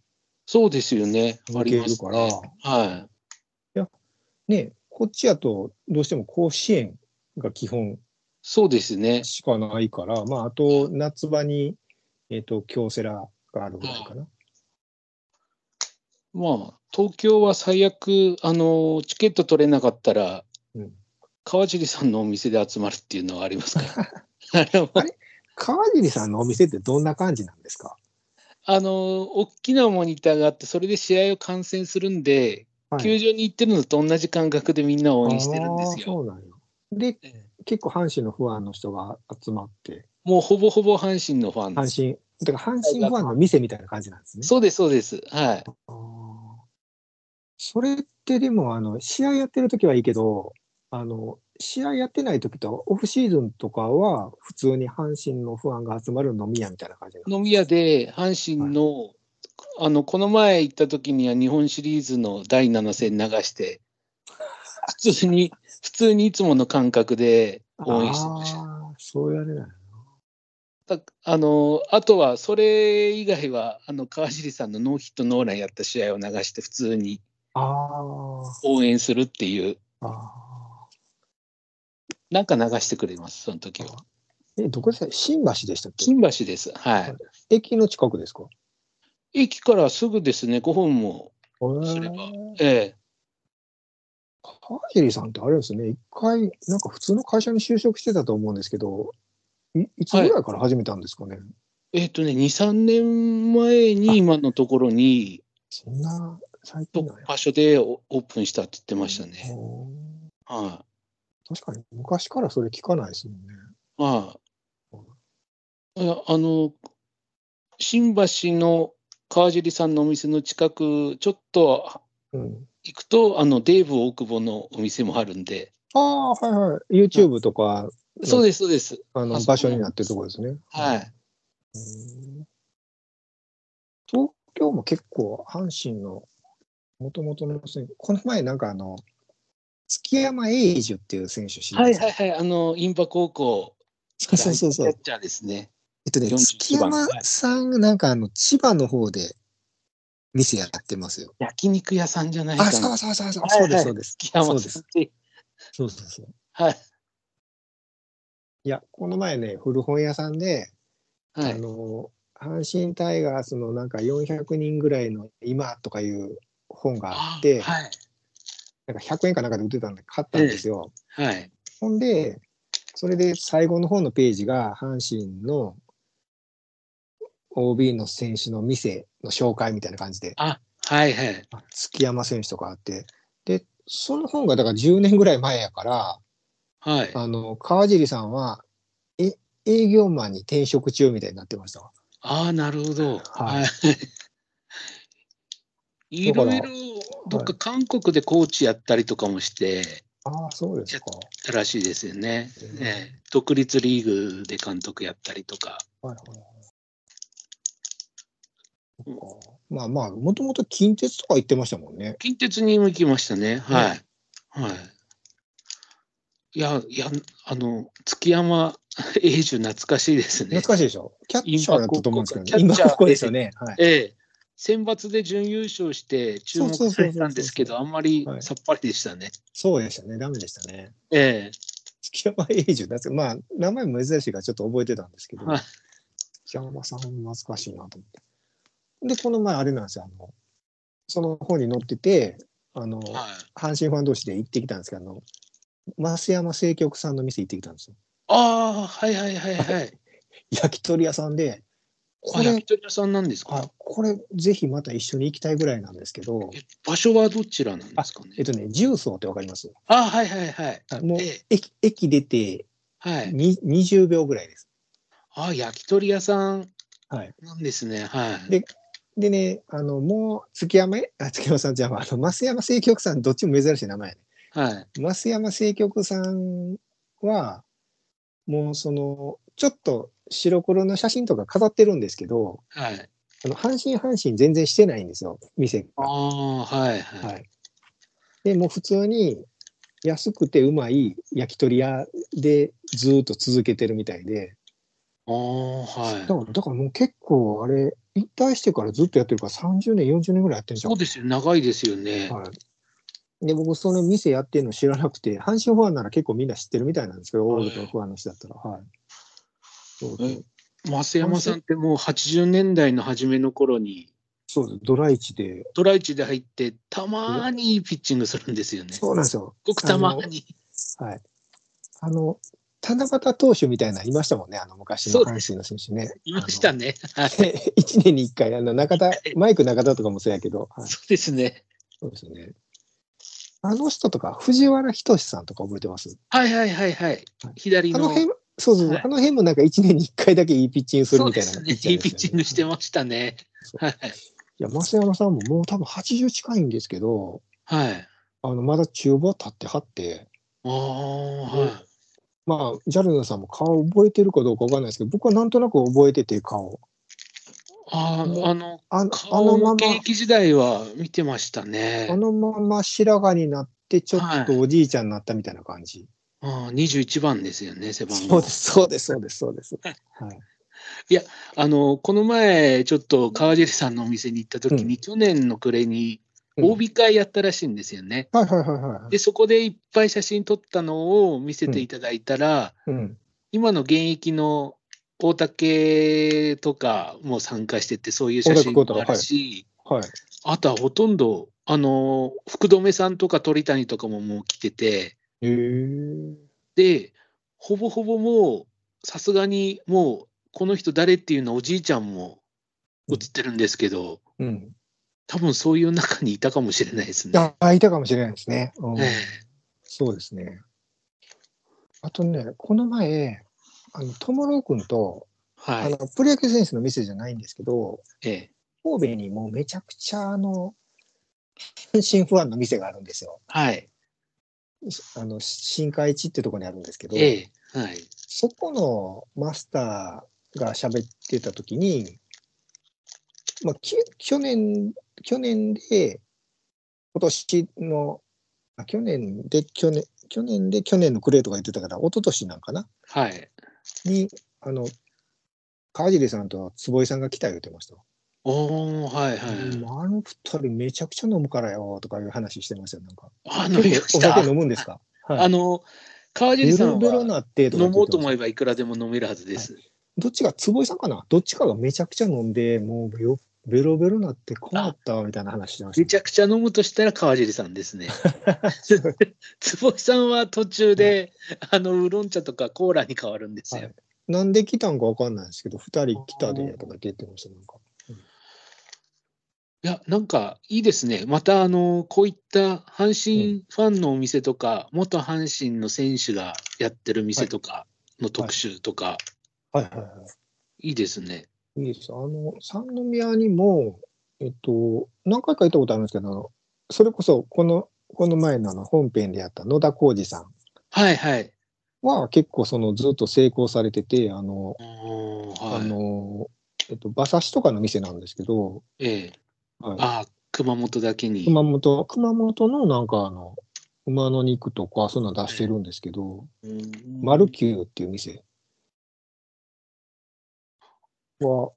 [SPEAKER 2] そうですよね。あ
[SPEAKER 1] 抜け
[SPEAKER 2] り
[SPEAKER 1] る
[SPEAKER 2] ます、
[SPEAKER 1] か
[SPEAKER 2] ね。
[SPEAKER 1] ら、
[SPEAKER 2] は
[SPEAKER 1] ね、こっちやとどうしても甲子園が基本
[SPEAKER 2] い。そうですね。
[SPEAKER 1] しかないから、まあ、あと夏場に、えっと京セラがあるぐらいかな。
[SPEAKER 2] まあ、東京は最悪、あの、チケット取れなかったら、
[SPEAKER 1] うん
[SPEAKER 2] 川尻さんのお店で集まるっていうのはありますから。 あの
[SPEAKER 1] あれ川尻さんのお店ってどんな感じなんですか、
[SPEAKER 2] あの、大きなモニターがあって、それで試合を観戦するんで、
[SPEAKER 1] はい
[SPEAKER 2] 球場に行ってるのと同じ感覚でみんなを応援してるんです
[SPEAKER 1] あーそ
[SPEAKER 2] よ。
[SPEAKER 1] うなんよで、
[SPEAKER 2] ええ
[SPEAKER 1] 結構阪神のファンの人が集まって、
[SPEAKER 2] もうほぼほぼ阪神のファンで
[SPEAKER 1] 阪
[SPEAKER 2] す。
[SPEAKER 1] 神、てか阪神ファンの店みたいな感じなんですね。
[SPEAKER 2] そうです、そうです。はい。
[SPEAKER 1] あーそれってでもあの試合やってる時はいいけどあの試合やってない時とオフシーズンとかは普通に阪神のファンが集まる飲み屋みたいな感じなの
[SPEAKER 2] 飲み屋で阪神の、あのこの前行った時には日本シリーズの第7戦流して普通に普通にいつもの感覚で応援してました
[SPEAKER 1] ああそうやれない
[SPEAKER 2] あのあとはそれ以外はあの川尻さんのノーヒットノーランやった試合を流して普通に
[SPEAKER 1] あー
[SPEAKER 2] 応援するっていう
[SPEAKER 1] あ
[SPEAKER 2] なんか流してくれますその時は
[SPEAKER 1] ーえどこでした新橋でしたっけ
[SPEAKER 2] 金橋ですはい
[SPEAKER 1] 駅の近くですか
[SPEAKER 2] 駅からすぐですね5分もすれば
[SPEAKER 1] えー
[SPEAKER 2] ええ
[SPEAKER 1] 川尻さんってあれですね一回なんか普通の会社に就職してたと思うんですけどいいつぐらいから始めたんですかね、
[SPEAKER 2] えっ、とね23年前に今のところに
[SPEAKER 1] そんな最近なんや
[SPEAKER 2] 場所でオオープンしたって言ってましたね。
[SPEAKER 1] おー
[SPEAKER 2] は
[SPEAKER 1] 確かに昔からそれ聞かないですもんね。
[SPEAKER 2] い、はい、あ。あの、新橋の川尻さんのお店の近く、ちょっと
[SPEAKER 1] うん、
[SPEAKER 2] 行くと、あの、デーブ大久保のお店もあるんで、
[SPEAKER 1] ああ、はいはい。YouTube とか、うん
[SPEAKER 2] そうです、そうです。
[SPEAKER 1] あの
[SPEAKER 2] あそこ
[SPEAKER 1] 場所になってるところですね。
[SPEAKER 2] はい。
[SPEAKER 1] うん東京も結構阪神のもともとの選手、この前なんかあの、月山英樹っていう選手知りま
[SPEAKER 2] はい
[SPEAKER 1] す
[SPEAKER 2] はいはい。あの、インパ高校、
[SPEAKER 1] そうそうそうそう
[SPEAKER 2] キャ。ッチャーですね。
[SPEAKER 1] えっとね、
[SPEAKER 2] 41
[SPEAKER 1] 月山さんがなんかあの、千葉の方で店やってますよ。
[SPEAKER 2] 焼肉屋さんじゃないか
[SPEAKER 1] あ、
[SPEAKER 2] な。
[SPEAKER 1] そうそうそうそう、
[SPEAKER 2] はい
[SPEAKER 1] そうで
[SPEAKER 2] は
[SPEAKER 1] す、
[SPEAKER 2] い
[SPEAKER 1] そうです。
[SPEAKER 2] 月
[SPEAKER 1] そ
[SPEAKER 2] 山
[SPEAKER 1] うで
[SPEAKER 2] さ
[SPEAKER 1] す。
[SPEAKER 2] んって。
[SPEAKER 1] そうそうそう。
[SPEAKER 2] はい。
[SPEAKER 1] いや、この前ね、古本屋さんで、
[SPEAKER 2] は
[SPEAKER 1] あ
[SPEAKER 2] い。
[SPEAKER 1] の、阪神タイガースのなんか400人ぐらいの今とかいう本があって、
[SPEAKER 2] はい。
[SPEAKER 1] なんか100円かなんかで売ってたんで買ったんですよ。
[SPEAKER 2] はい。
[SPEAKER 1] ほんで、それで最後の方のページが阪神の OB の選手の店の紹介みたいな感じで、
[SPEAKER 2] あ、はいはい。
[SPEAKER 1] あ月山選手とかあって、で、その本がだから10年ぐらい前やから、
[SPEAKER 2] はい。
[SPEAKER 1] あの、川尻さんは、え、営業マンに転職中みたいになってましたわ。
[SPEAKER 2] ああ、なるほど。
[SPEAKER 1] はい
[SPEAKER 2] い。いろいろ、どっか韓国でコーチやったりとかもして、
[SPEAKER 1] ああ、そうですか。
[SPEAKER 2] たらしいですよね。
[SPEAKER 1] うん
[SPEAKER 2] ね独立リーグで監督やったりとか。
[SPEAKER 1] はいはいはい。そっかまあまあ、もともと近鉄とか行ってましたもんね。
[SPEAKER 2] 近鉄にも行きましたね。はい。はい。いや、いや、あの、月山 英樹懐かしいですね
[SPEAKER 1] 懐。かしいでしょ。キャッチャーだったと思うんですけどね。
[SPEAKER 2] イン
[SPEAKER 1] 今
[SPEAKER 2] パクト
[SPEAKER 1] ここですよね。はい。
[SPEAKER 2] ええ。選抜で準優勝して注
[SPEAKER 1] そ
[SPEAKER 2] 目
[SPEAKER 1] うそうそうそう
[SPEAKER 2] されたんですけど、あんまり
[SPEAKER 1] はい
[SPEAKER 2] さっぱりでしたね。
[SPEAKER 1] そうでしたね。ダメでしたね。
[SPEAKER 2] え
[SPEAKER 1] 月山英樹、懐かまあ、名前も珍しいからちょっと覚えてたんですけ
[SPEAKER 2] え。
[SPEAKER 1] ど、
[SPEAKER 2] はい。
[SPEAKER 1] 月山さん懐かしいなと思って。で、この前あれなんですよ。あの、その本に載ってて、あの、
[SPEAKER 2] はい
[SPEAKER 1] 阪神ファン同士で行ってきたんですけど、あの、増山清局さんの店行ってきたんですよ。
[SPEAKER 2] ああ、はいはいはいはい。
[SPEAKER 1] 焼き鳥屋さんで、こ
[SPEAKER 2] あ、
[SPEAKER 1] れ
[SPEAKER 2] 焼き鳥屋さんなんですか
[SPEAKER 1] あこれぜひまた一緒に行きたいぐらいなんですけど
[SPEAKER 2] え、場所はどちらなんですかね
[SPEAKER 1] えっとね、重曹ってわかります
[SPEAKER 2] あはいはいはい。
[SPEAKER 1] もう
[SPEAKER 2] ええ
[SPEAKER 1] 駅駅出て
[SPEAKER 2] はい。
[SPEAKER 1] に20秒ぐらいです。
[SPEAKER 2] あ焼き鳥屋さん
[SPEAKER 1] はい
[SPEAKER 2] なんですね。はい。
[SPEAKER 1] ででね、あのもう月山へ、あ月山さんじゃあ、あの増山清局さん、どっちも珍しい名前やね。
[SPEAKER 2] はい。
[SPEAKER 1] 増山清局さんは、もうその、ちょっと白黒の写真とか飾ってるんですけど、
[SPEAKER 2] はい。
[SPEAKER 1] あの阪神阪神全然してないんですよ、店
[SPEAKER 2] あ
[SPEAKER 1] が。
[SPEAKER 2] あ、はいはい。
[SPEAKER 1] はい、でもう普通に安くてうまい焼き鳥屋でずーっと続けてるみたいで、
[SPEAKER 2] ああ、はい
[SPEAKER 1] だ。からだからもう結構あれ引退してからずっとやってるから30年40年ぐらいやってるじゃん
[SPEAKER 2] そうですよ、長いですよね。
[SPEAKER 1] はい、で僕その店やってるの知らなくて阪神ファンなら結構みんな知ってるみたいなんですけど
[SPEAKER 2] は
[SPEAKER 1] オ
[SPEAKER 2] い
[SPEAKER 1] ールドファンの人だったらはいそう
[SPEAKER 2] え
[SPEAKER 1] そう
[SPEAKER 2] 増山さんってもう80年代の初めの頃に、
[SPEAKER 1] そうですドライチで
[SPEAKER 2] ドライチで入って、たまーにいいピッチングするんですよね。
[SPEAKER 1] そうなんですよ
[SPEAKER 2] ごくたまーに。
[SPEAKER 1] はいあの七夕投手みたいなのいましたもんねあの昔の
[SPEAKER 2] そう
[SPEAKER 1] 阪神の選手ね
[SPEAKER 2] いましたね。はい。
[SPEAKER 1] で1年に1回、あ の中田、マイク中田とかもそうやけど、はい
[SPEAKER 2] そうですね。
[SPEAKER 1] そうですよね。あの人とか、藤原仁さんとか覚えてます
[SPEAKER 2] はいはいはいはい
[SPEAKER 1] はい。
[SPEAKER 2] 左
[SPEAKER 1] あの
[SPEAKER 2] の。
[SPEAKER 1] 辺、そうそうそう、
[SPEAKER 2] はい
[SPEAKER 1] あの辺もなんか1年に1回だけいいピッチングする
[SPEAKER 2] そう
[SPEAKER 1] みた
[SPEAKER 2] で
[SPEAKER 1] いな
[SPEAKER 2] すね。いいピッチングして
[SPEAKER 1] ま
[SPEAKER 2] ましたね。はい。
[SPEAKER 1] いや、増山さんももう多分80近いんですけど、
[SPEAKER 2] はい。
[SPEAKER 1] あのまだ厨房立ってはって、
[SPEAKER 2] ああ、はい。
[SPEAKER 1] まあ、ジャルナさんも顔覚えてるかどうかわかんないですけど、僕はなんとなく覚えてて、顔。
[SPEAKER 2] ああ、あの、
[SPEAKER 1] ああの
[SPEAKER 2] 顔
[SPEAKER 1] ま
[SPEAKER 2] の
[SPEAKER 1] ま、
[SPEAKER 2] 現役時代は見てました
[SPEAKER 1] あ
[SPEAKER 2] ね。
[SPEAKER 1] のまま白髪になって、ちょっとおじいちゃんになったみたいな感じ。
[SPEAKER 2] ああ21番ですよね、背番
[SPEAKER 1] そう
[SPEAKER 2] 号
[SPEAKER 1] で。す、そうです、そうです、そうです。はい。
[SPEAKER 2] あの、この前、ちょっと川尻さんのお店に行った時に、去年の暮れに
[SPEAKER 1] うん
[SPEAKER 2] OB 会やったらしいんですよね。
[SPEAKER 1] はいはいはいはい。
[SPEAKER 2] で、そこでいっぱい写真撮ったのを見せていただいたら、
[SPEAKER 1] うん。
[SPEAKER 2] 今の現役の大竹とかも参加してて、そういう写真
[SPEAKER 1] 大竹耕
[SPEAKER 2] もあ
[SPEAKER 1] 太
[SPEAKER 2] るし、
[SPEAKER 1] はい。
[SPEAKER 2] あとはほとんど、あの、福留さんとか鳥谷とかももう来てて、
[SPEAKER 1] へえ。
[SPEAKER 2] で、ほぼほぼもう、さすがにもう、この人誰っていうのはおじいちゃんも写ってるんですけど、
[SPEAKER 1] うん。
[SPEAKER 2] 多分そういう中にいたかもしれないですね。
[SPEAKER 1] あ、あいたかもしれないですね。うん
[SPEAKER 2] ええ
[SPEAKER 1] そうですね。あとね、この前、あの、ともろうくんと、
[SPEAKER 2] は
[SPEAKER 1] あ
[SPEAKER 2] い
[SPEAKER 1] の、プロ野球選手の店じゃないんですけど、
[SPEAKER 2] ええ
[SPEAKER 1] 神戸にもうめちゃくちゃ、あの、阪神ファンの店があるんですよ。
[SPEAKER 2] はい
[SPEAKER 1] あの、新海地ってとこにあるんですけど、
[SPEAKER 2] ええはい
[SPEAKER 1] そこのマスターが喋ってた時に、まあ、き去年、去年で、今年の、あ去年で、去年、去年で去年の暮れとか言ってたから、一昨年なんかな
[SPEAKER 2] はい
[SPEAKER 1] に、あの、川尻さんと坪井さんが来た言ってました。
[SPEAKER 2] おーはいはい、
[SPEAKER 1] もうあの二人めちゃくちゃ飲むからよとかいう話してましたよ、なんか。
[SPEAKER 2] あ 飲みまし
[SPEAKER 1] お酒
[SPEAKER 2] た
[SPEAKER 1] 飲むんです かは
[SPEAKER 2] あ
[SPEAKER 1] い。
[SPEAKER 2] の川
[SPEAKER 1] ベ
[SPEAKER 2] 尻さ
[SPEAKER 1] ロ
[SPEAKER 2] ん
[SPEAKER 1] ベロ
[SPEAKER 2] は
[SPEAKER 1] なってとか
[SPEAKER 2] 飲
[SPEAKER 1] 言
[SPEAKER 2] も
[SPEAKER 1] っ
[SPEAKER 2] うと
[SPEAKER 1] てました
[SPEAKER 2] 思えばいくらでも飲めるはずです、
[SPEAKER 1] どっちが坪井さんかなどっちかがめちゃくちゃ飲んで、もうよベロベロなって困ったわみたいな話してました、
[SPEAKER 2] めちゃくちゃ飲むとしたら川尻さんです ね坪井さんは途中で、あのウーロン茶とかコーラに変わるんですよ、
[SPEAKER 1] はいなんで来たんかわかんないですけど、二人来たでとか言ってました、なんか。
[SPEAKER 2] いや、なんかいいですね。また、あの、こういった阪神ファンのお店とか、元阪神の選手がやってる店とかの特集とか、
[SPEAKER 1] はいはいはい
[SPEAKER 2] いですね。
[SPEAKER 1] い。いいです。あの、三宮にも、えっと、何回か行ったことあるんですけど、あのそれこそこのこの前のあの本編でやった野田浩二さん
[SPEAKER 2] はいはい。
[SPEAKER 1] は結構そのずっと成功されてて、あの、
[SPEAKER 2] おー
[SPEAKER 1] あ
[SPEAKER 2] はい、
[SPEAKER 1] の、えっと、馬刺しとかの店なんですけど、
[SPEAKER 2] ええ
[SPEAKER 1] はい、
[SPEAKER 2] ああ、熊本だけに。
[SPEAKER 1] 熊本、熊本のなんかあの、馬の肉とか、そんなの出してるんですけど、
[SPEAKER 2] うん
[SPEAKER 1] マルキューっていう店は、こ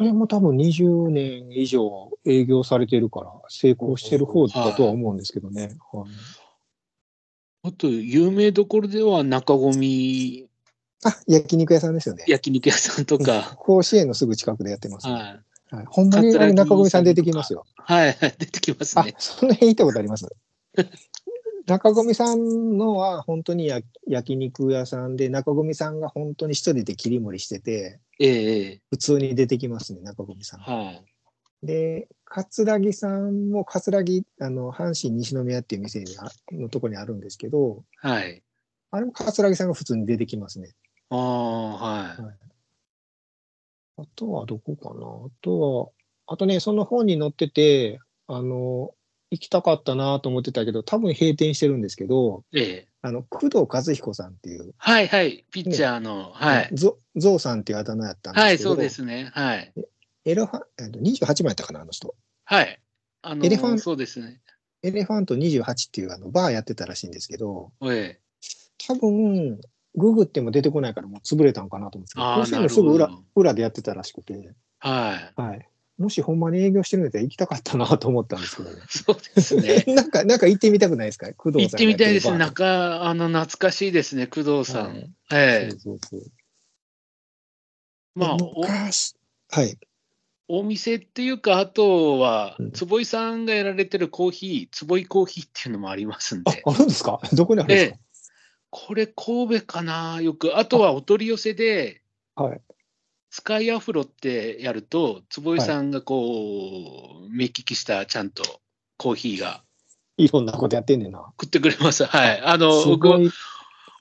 [SPEAKER 1] れも多分20年以上営業されてるから、成功してる方だとは思うんですけどね。はい
[SPEAKER 2] あと、有名どころでは中込
[SPEAKER 1] あ、焼肉屋さんですよね。
[SPEAKER 2] 焼肉屋さんとか、
[SPEAKER 1] 甲子園のすぐ近くでやってますね、
[SPEAKER 2] はい、
[SPEAKER 1] はい。ほんまにあれ中込さん出てきますよ。
[SPEAKER 2] はい はい、出てきます
[SPEAKER 1] あ
[SPEAKER 2] ね。、
[SPEAKER 1] その辺行ったことあり ます。中込さんのは本当にや焼肉屋さんで、中込さんが本当に一人で切り盛りしてて、
[SPEAKER 2] ええええ
[SPEAKER 1] 普通に出てきますね、中込さん。
[SPEAKER 2] はい。
[SPEAKER 1] で、葛城さんも、葛城、あの、阪神西宮っていう店にあのとこにあるんですけど、
[SPEAKER 2] はい。
[SPEAKER 1] あれも葛城さんが普通に出てきますね。
[SPEAKER 2] ああ、はい。
[SPEAKER 1] あとはどこかなあとは、あとね、その本に載ってて、あの、行きたかったなと思ってたけど、多分閉店してるんですけど、
[SPEAKER 2] ええ
[SPEAKER 1] あの、工藤和彦さんっていう、
[SPEAKER 2] はいはい。ピッチャーの、はい。
[SPEAKER 1] ゾゾウさんっていうあだ名やったんですけど、
[SPEAKER 2] はい、そうですね。はい。
[SPEAKER 1] エレファンえっと28番やったかな、あの人。
[SPEAKER 2] はい。あの
[SPEAKER 1] エレファン
[SPEAKER 2] そうですね。
[SPEAKER 1] エレファント28っていうあのバーやってたらしいんですけど、
[SPEAKER 2] ええ
[SPEAKER 1] 多分、ググっても出てこないからもう潰れたんかなと思って
[SPEAKER 2] あー
[SPEAKER 1] 甲子園のすぐ
[SPEAKER 2] な
[SPEAKER 1] 裏
[SPEAKER 2] るほど
[SPEAKER 1] 裏でやってたらしくて、
[SPEAKER 2] はい。
[SPEAKER 1] はい。もしほんまに営業してるんだったら行きたかったなと思ったんですけどね。。
[SPEAKER 2] そうです ね
[SPEAKER 1] なんか、なんか行ってみたくないですか工藤
[SPEAKER 2] 行っ
[SPEAKER 1] さん
[SPEAKER 2] てみたいです
[SPEAKER 1] ね。
[SPEAKER 2] ね。中、あの、懐かしいですね、工藤さん。
[SPEAKER 1] はい
[SPEAKER 2] ええ
[SPEAKER 1] そうそうそう
[SPEAKER 2] まあ、お
[SPEAKER 1] 昔はい。
[SPEAKER 2] お店っていうか、あとは
[SPEAKER 1] うん、
[SPEAKER 2] 坪井さんがやられてるコーヒー、坪井コーヒーっていうのもありますん
[SPEAKER 1] あ
[SPEAKER 2] で、、
[SPEAKER 1] あるんですか どこにあるんですか、
[SPEAKER 2] これ、神戸かな、よく、あとはお取り寄せで、
[SPEAKER 1] はい。
[SPEAKER 2] スカイアフロってやると、坪井さんがこう、目利きしたちゃんとコーヒーが
[SPEAKER 1] いろんなことやってんねんな。
[SPEAKER 2] 送ってくれます。はい。あの、
[SPEAKER 1] す
[SPEAKER 2] 僕
[SPEAKER 1] ごい。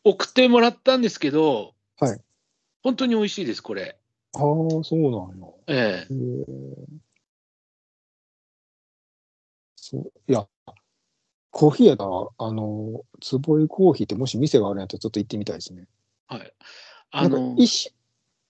[SPEAKER 2] 送ってもらったんですけど、
[SPEAKER 1] はい
[SPEAKER 2] 本当に美味しいです、これ。
[SPEAKER 1] ああ、そうなんや。
[SPEAKER 2] ええ
[SPEAKER 1] へーそういや、コーヒーやから、あの、坪井コーヒーってもし店があるんやったらちょっと行ってみたいですね。
[SPEAKER 2] はい。あ
[SPEAKER 1] なん
[SPEAKER 2] の
[SPEAKER 1] か、一瞬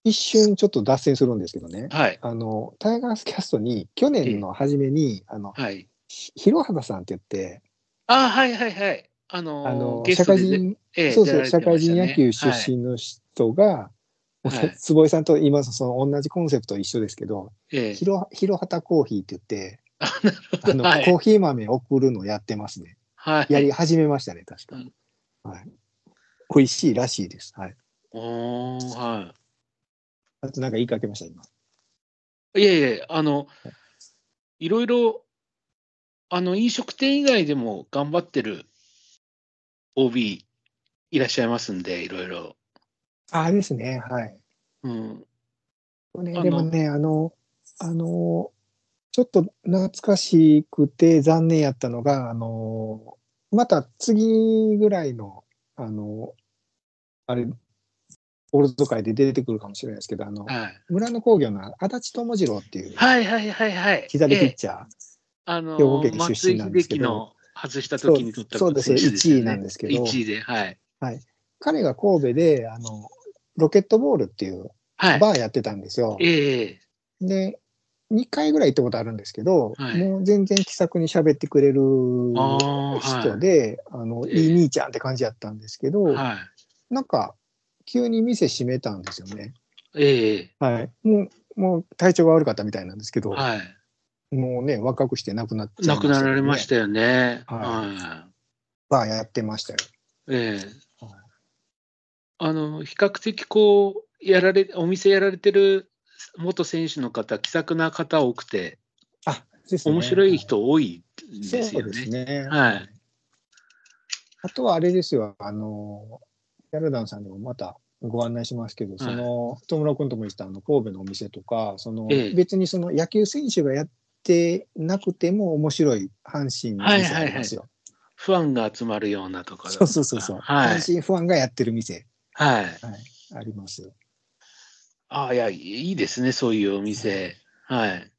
[SPEAKER 1] 一瞬ちょっと脱線するんですけどね。
[SPEAKER 2] はい。
[SPEAKER 1] あの、タイガースキャストに、去年の初めに、あの、
[SPEAKER 2] はい。
[SPEAKER 1] ひ広畑さんって言って、
[SPEAKER 2] あ、はいはいはい。あの、
[SPEAKER 1] あの、
[SPEAKER 2] ゲ
[SPEAKER 1] 社
[SPEAKER 2] スト
[SPEAKER 1] 会
[SPEAKER 2] でね、
[SPEAKER 1] 人、
[SPEAKER 2] ええ
[SPEAKER 1] そう
[SPEAKER 2] 出
[SPEAKER 1] そ
[SPEAKER 2] ら
[SPEAKER 1] う、
[SPEAKER 2] れて
[SPEAKER 1] 社
[SPEAKER 2] ま
[SPEAKER 1] 会
[SPEAKER 2] した
[SPEAKER 1] 人
[SPEAKER 2] ね
[SPEAKER 1] 野球出
[SPEAKER 2] はい
[SPEAKER 1] 身の人が、
[SPEAKER 2] はい
[SPEAKER 1] 坪井さんと今、その同じコンセプト一緒ですけど、
[SPEAKER 2] ええ
[SPEAKER 1] ひろ広畑コーヒーって言って、
[SPEAKER 2] あなるほ
[SPEAKER 1] あ
[SPEAKER 2] ど
[SPEAKER 1] の、
[SPEAKER 2] はい
[SPEAKER 1] コーヒー豆送るのやってますね。
[SPEAKER 2] はい。
[SPEAKER 1] やり始めましたね、確か。はい。美味しいらしいです。はい。
[SPEAKER 2] おーは
[SPEAKER 1] あとなんか言いかけました、今。
[SPEAKER 2] い。いえいえ、あの、いろいろ、あの、飲食店以外でも頑張ってる OB いらっしゃいますんで、いろいろ。
[SPEAKER 1] あれですね、はい。
[SPEAKER 2] うん。
[SPEAKER 1] ね
[SPEAKER 2] あの
[SPEAKER 1] でもね、あの、あの、ちょっと懐かしくて残念やったのが、あの、また次ぐらいの、あの、あれ、オールド会で出てくるかもしれないですけど、あの、
[SPEAKER 2] はい。
[SPEAKER 1] 村野工業の足立智次郎っていう
[SPEAKER 2] はいはいはいはい。
[SPEAKER 1] 左ピ
[SPEAKER 2] え
[SPEAKER 1] ッ
[SPEAKER 2] え
[SPEAKER 1] チャー、
[SPEAKER 2] あの
[SPEAKER 1] 兵庫県
[SPEAKER 2] 松
[SPEAKER 1] 出
[SPEAKER 2] 井
[SPEAKER 1] 身なんです
[SPEAKER 2] 秀
[SPEAKER 1] け
[SPEAKER 2] 喜
[SPEAKER 1] ど
[SPEAKER 2] の外した時に取った
[SPEAKER 1] そうそうです
[SPEAKER 2] 選手よ
[SPEAKER 1] 1位なんですけど
[SPEAKER 2] 1位で、はい。
[SPEAKER 1] 彼が神戸で、あの、ロケットボールっていう
[SPEAKER 2] はい。
[SPEAKER 1] バーやってたんですよ。
[SPEAKER 2] ええ
[SPEAKER 1] で、2回ぐらい行ったことあるんですけど、
[SPEAKER 2] はい
[SPEAKER 1] もう全然気さくに喋ってくれる
[SPEAKER 2] あー
[SPEAKER 1] 人で、あの、
[SPEAKER 2] ええ
[SPEAKER 1] いい兄ちゃんって感じだったんですけど、
[SPEAKER 2] はい。
[SPEAKER 1] なんか、急に店閉めたんですよね。
[SPEAKER 2] ええ
[SPEAKER 1] はい。もう、もう体調が悪かったみたいなんですけど、
[SPEAKER 2] はい。
[SPEAKER 1] もうね、若くして亡くなっちゃい
[SPEAKER 2] 亡
[SPEAKER 1] ましたけ
[SPEAKER 2] く
[SPEAKER 1] どね、
[SPEAKER 2] なられましたよね。
[SPEAKER 1] はい
[SPEAKER 2] は
[SPEAKER 1] バーやってましたよ。
[SPEAKER 2] い。ええ
[SPEAKER 1] はい
[SPEAKER 2] あの、比較的こう、やられ、お店やられてる元選手の方、気さくな方多くて、
[SPEAKER 1] あ、ですね
[SPEAKER 2] 面白い人多いんです
[SPEAKER 1] そ
[SPEAKER 2] よ
[SPEAKER 1] うです
[SPEAKER 2] ね。
[SPEAKER 1] ね。
[SPEAKER 2] はい。
[SPEAKER 1] あとはあれですよ、あの、ヤルダンさんにもまたご案内しますけど、その、戸村君とも言ってたあの神戸のお店とか、その、
[SPEAKER 2] ええ
[SPEAKER 1] 別にその野球選手がやってなくても面白い阪神の店ありますよ。
[SPEAKER 2] ファンが集まるようなところ。
[SPEAKER 1] そうそうそうそう。
[SPEAKER 2] はい
[SPEAKER 1] 阪。神ファンがやってる店
[SPEAKER 2] はい。
[SPEAKER 1] ありますよ。
[SPEAKER 2] ああ、いや、いいですね、そういうお店。はい。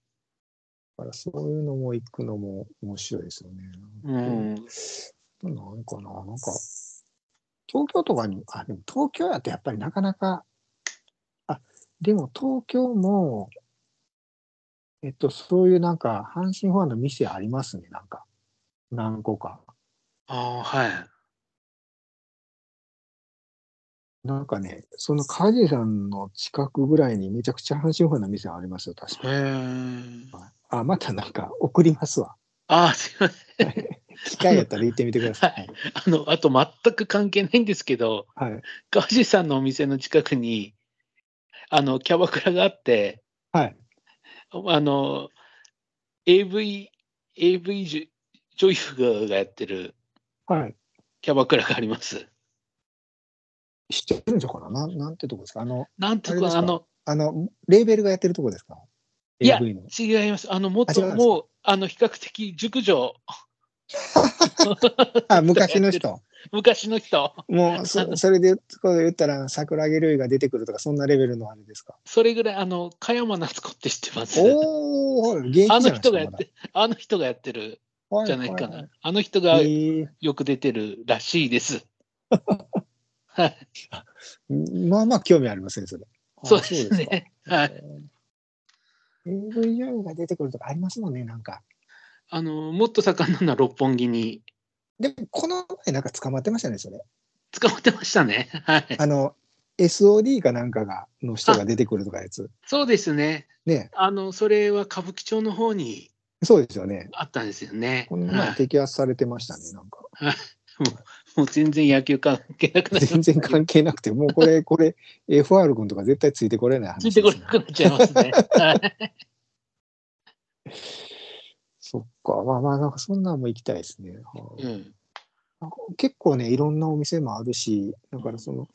[SPEAKER 1] からそういうのも行くのも面白いですよね。
[SPEAKER 2] うん。
[SPEAKER 1] なんかな、なんか、東京とかに、あ、でも東京やとやっぱりなかなか、あ、でも東京も、えっと、そういうなんか、阪神ファンの店ありますね、なんか。何個か。
[SPEAKER 2] ああ、はい。
[SPEAKER 1] なんかね、その梶さんの近くぐらいにめちゃくちゃ阪神ファンの店ありますよ、確
[SPEAKER 2] へ
[SPEAKER 1] か。
[SPEAKER 2] え。
[SPEAKER 1] あ、またなんか送りますわ。
[SPEAKER 2] ああ、すいません。
[SPEAKER 1] 機会やったら行ってみてください。
[SPEAKER 2] あの、あと全く関係ないんですけど、
[SPEAKER 1] はい。
[SPEAKER 2] 川地さんのお店の近くに、あの、キャバクラがあって、
[SPEAKER 1] はい。
[SPEAKER 2] あの、AV、AV 女女優がやってる
[SPEAKER 1] はい。
[SPEAKER 2] キャバクラがあります。
[SPEAKER 1] 知ってるんじゃかななんなんてとこですかあの、
[SPEAKER 2] なんと
[SPEAKER 1] あれで
[SPEAKER 2] か、
[SPEAKER 1] す
[SPEAKER 2] あ
[SPEAKER 1] か
[SPEAKER 2] の、
[SPEAKER 1] あの、レーベルがやってるとこですか
[SPEAKER 2] いや
[SPEAKER 1] AV の。
[SPEAKER 2] 違います。あの、もっ
[SPEAKER 1] あ違うん
[SPEAKER 2] と、
[SPEAKER 1] ですか
[SPEAKER 2] もう、あの、比較的熟女、
[SPEAKER 1] あ、昔の 人。
[SPEAKER 2] 昔の人、
[SPEAKER 1] もう そ、それでこう言ったら、桜木類が出てくるとか、そんなレベルのあれです か。
[SPEAKER 2] それぐらい、あの、加山夏子って知ってます
[SPEAKER 1] おー、現役
[SPEAKER 2] あの人がやって、あの人がやってるじゃないかな。あの人が
[SPEAKER 1] えー
[SPEAKER 2] よく出てるらし いです。
[SPEAKER 1] まあまあ興味ありません、それ。あ
[SPEAKER 2] そうです
[SPEAKER 1] そうです
[SPEAKER 2] ね。 はい。
[SPEAKER 1] か AV 女優が出てくるとかありますもんね、なんか。
[SPEAKER 2] あの、もっと盛んなのは六本木に
[SPEAKER 1] でも、この前なんか捕まってましたね、それ。
[SPEAKER 2] 捕まってましたね。 はい。
[SPEAKER 1] あの、SOD かなんかが、の人が出てくるとかやつ。
[SPEAKER 2] そうですね。
[SPEAKER 1] ね、
[SPEAKER 2] あの、それは歌舞伎町の方に
[SPEAKER 1] そうですよね。
[SPEAKER 2] あったんですよね。
[SPEAKER 1] この前
[SPEAKER 2] はい
[SPEAKER 1] 摘発されてましたね、なんか。
[SPEAKER 2] もう全然野球関係なくなっ
[SPEAKER 1] 全然関係なくて、もうこ れ、これ、FR 君とか絶対ついてこれない話
[SPEAKER 2] ついてこれなくなっちゃいますね。はい
[SPEAKER 1] そっか、まあまあ、なんかそんなんも行きたいですね。はい
[SPEAKER 2] うん
[SPEAKER 1] なんか結構ね、いろんなお店もあるし、だからその、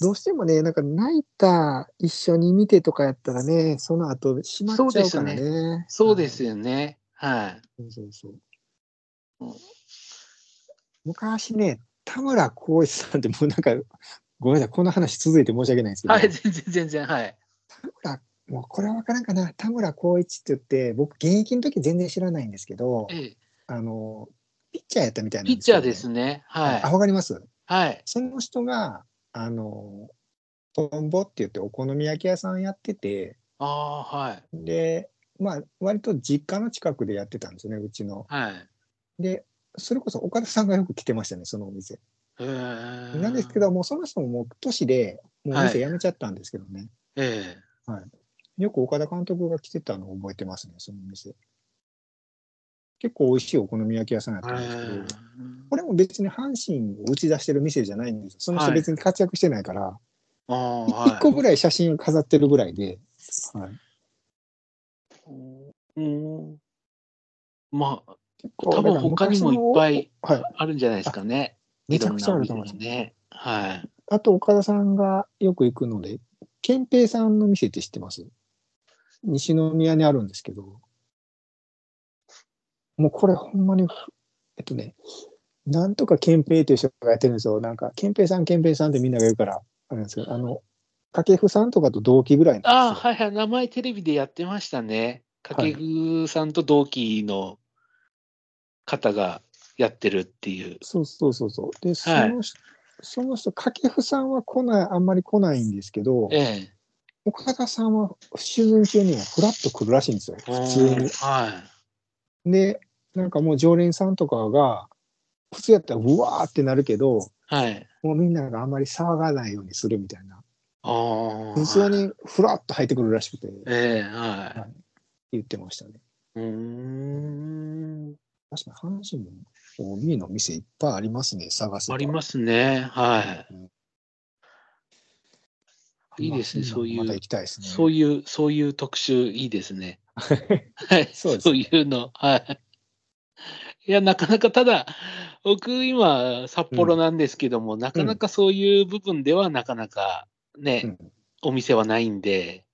[SPEAKER 1] どうしてもね、なんか泣いた一緒に見てとかやったらね、その後閉まっちゃうから
[SPEAKER 2] そうで
[SPEAKER 1] ね。
[SPEAKER 2] そうですよね。はい。
[SPEAKER 1] はい。そうそうそう
[SPEAKER 2] うん
[SPEAKER 1] 昔ね、田村浩一さんってもうなんか、ごめんなさい、この話続いて申し訳ないんですけど、
[SPEAKER 2] はい、全然全然、はい。
[SPEAKER 1] もうこれは分からんかな、田村浩一って言って、僕、現役の時全然知らないんですけど、
[SPEAKER 2] ええ
[SPEAKER 1] あの、ピッチャーやったみたいなん
[SPEAKER 2] ピッチ
[SPEAKER 1] よ
[SPEAKER 2] ャー
[SPEAKER 1] ね
[SPEAKER 2] ですね。
[SPEAKER 1] あ、
[SPEAKER 2] は
[SPEAKER 1] わかります。
[SPEAKER 2] い。はい。
[SPEAKER 1] その人が、あの、トンボって言ってお好み焼き屋さんやってて、
[SPEAKER 2] ああ、はい。
[SPEAKER 1] で、まあ、割と実家の近くでやってたんですよね、うちの。
[SPEAKER 2] はい。
[SPEAKER 1] で、それこそ岡田さんがよく来てましたね、そのお店。
[SPEAKER 2] ええ
[SPEAKER 1] なんですけど、もうその人ももう年で、もうお店辞めちゃったんですけどね。
[SPEAKER 2] ええ
[SPEAKER 1] よく岡田監督が来てたのを覚えてますね、そのお店。結構美味しいお好み焼き屋さんやったんですけど、これも別に阪神を打ち出してる店じゃないんですよ。その人
[SPEAKER 2] はい
[SPEAKER 1] 別に活躍してないから。
[SPEAKER 2] ああ、はい
[SPEAKER 1] 一個ぐらい写真飾ってるぐらいで、はい、
[SPEAKER 2] うんまあ、
[SPEAKER 1] 結
[SPEAKER 2] 多分他にもいっぱ
[SPEAKER 1] い、
[SPEAKER 2] い
[SPEAKER 1] はい、
[SPEAKER 2] あるんじゃないですかね。
[SPEAKER 1] めちゃくちゃあると思い
[SPEAKER 2] い
[SPEAKER 1] ま
[SPEAKER 2] ろ
[SPEAKER 1] す
[SPEAKER 2] んなお店ね。はい。
[SPEAKER 1] あと岡田さんがよく行くので憲平さんの店って知ってます西宮にあるんですけどもうこれほんまにえっとねなんとか憲平という人がやってるんですよなんか憲平さん憲平さんってみんなが言うからあれなんですけどあの掛布さんとかと同期ぐらい
[SPEAKER 2] あ
[SPEAKER 1] な
[SPEAKER 2] あ、
[SPEAKER 1] んですよ
[SPEAKER 2] はいはい。名前テレビでやってましたね。掛布さんと同期の方がやってるっていう。
[SPEAKER 1] そうそうそうそうでその,、その人掛布さんは来ないあんまり来ないんですけど、
[SPEAKER 2] ええ。
[SPEAKER 1] 岡田さんはシーズン中にはフラッと来るらしいんですよ、普通
[SPEAKER 2] は
[SPEAKER 1] に。で、なんかもう常連さんとかが、普通やったらうわーってなるけど、
[SPEAKER 2] い。はい。
[SPEAKER 1] もうみんながあんまり騒がないようにするみたいな、
[SPEAKER 2] ああ。
[SPEAKER 1] 非常。にフラッと入ってくるらしくて、
[SPEAKER 2] ええ、は
[SPEAKER 1] 言ってましたね。
[SPEAKER 2] い。うーん。
[SPEAKER 1] 確かに阪神も OB の店いっぱいありますね、探す。
[SPEAKER 2] ありますすね。はい。いいですね
[SPEAKER 1] まあ
[SPEAKER 2] そういう
[SPEAKER 1] また行きたいですね。
[SPEAKER 2] そういう、そういう特集いいですね。はい、
[SPEAKER 1] そう
[SPEAKER 2] そう
[SPEAKER 1] です
[SPEAKER 2] いうの。はい。いや、なかなか、ただ、僕、今、札幌なんですけども、なかなかそういう部分では、なかなかね、
[SPEAKER 1] うん
[SPEAKER 2] お店はないんで、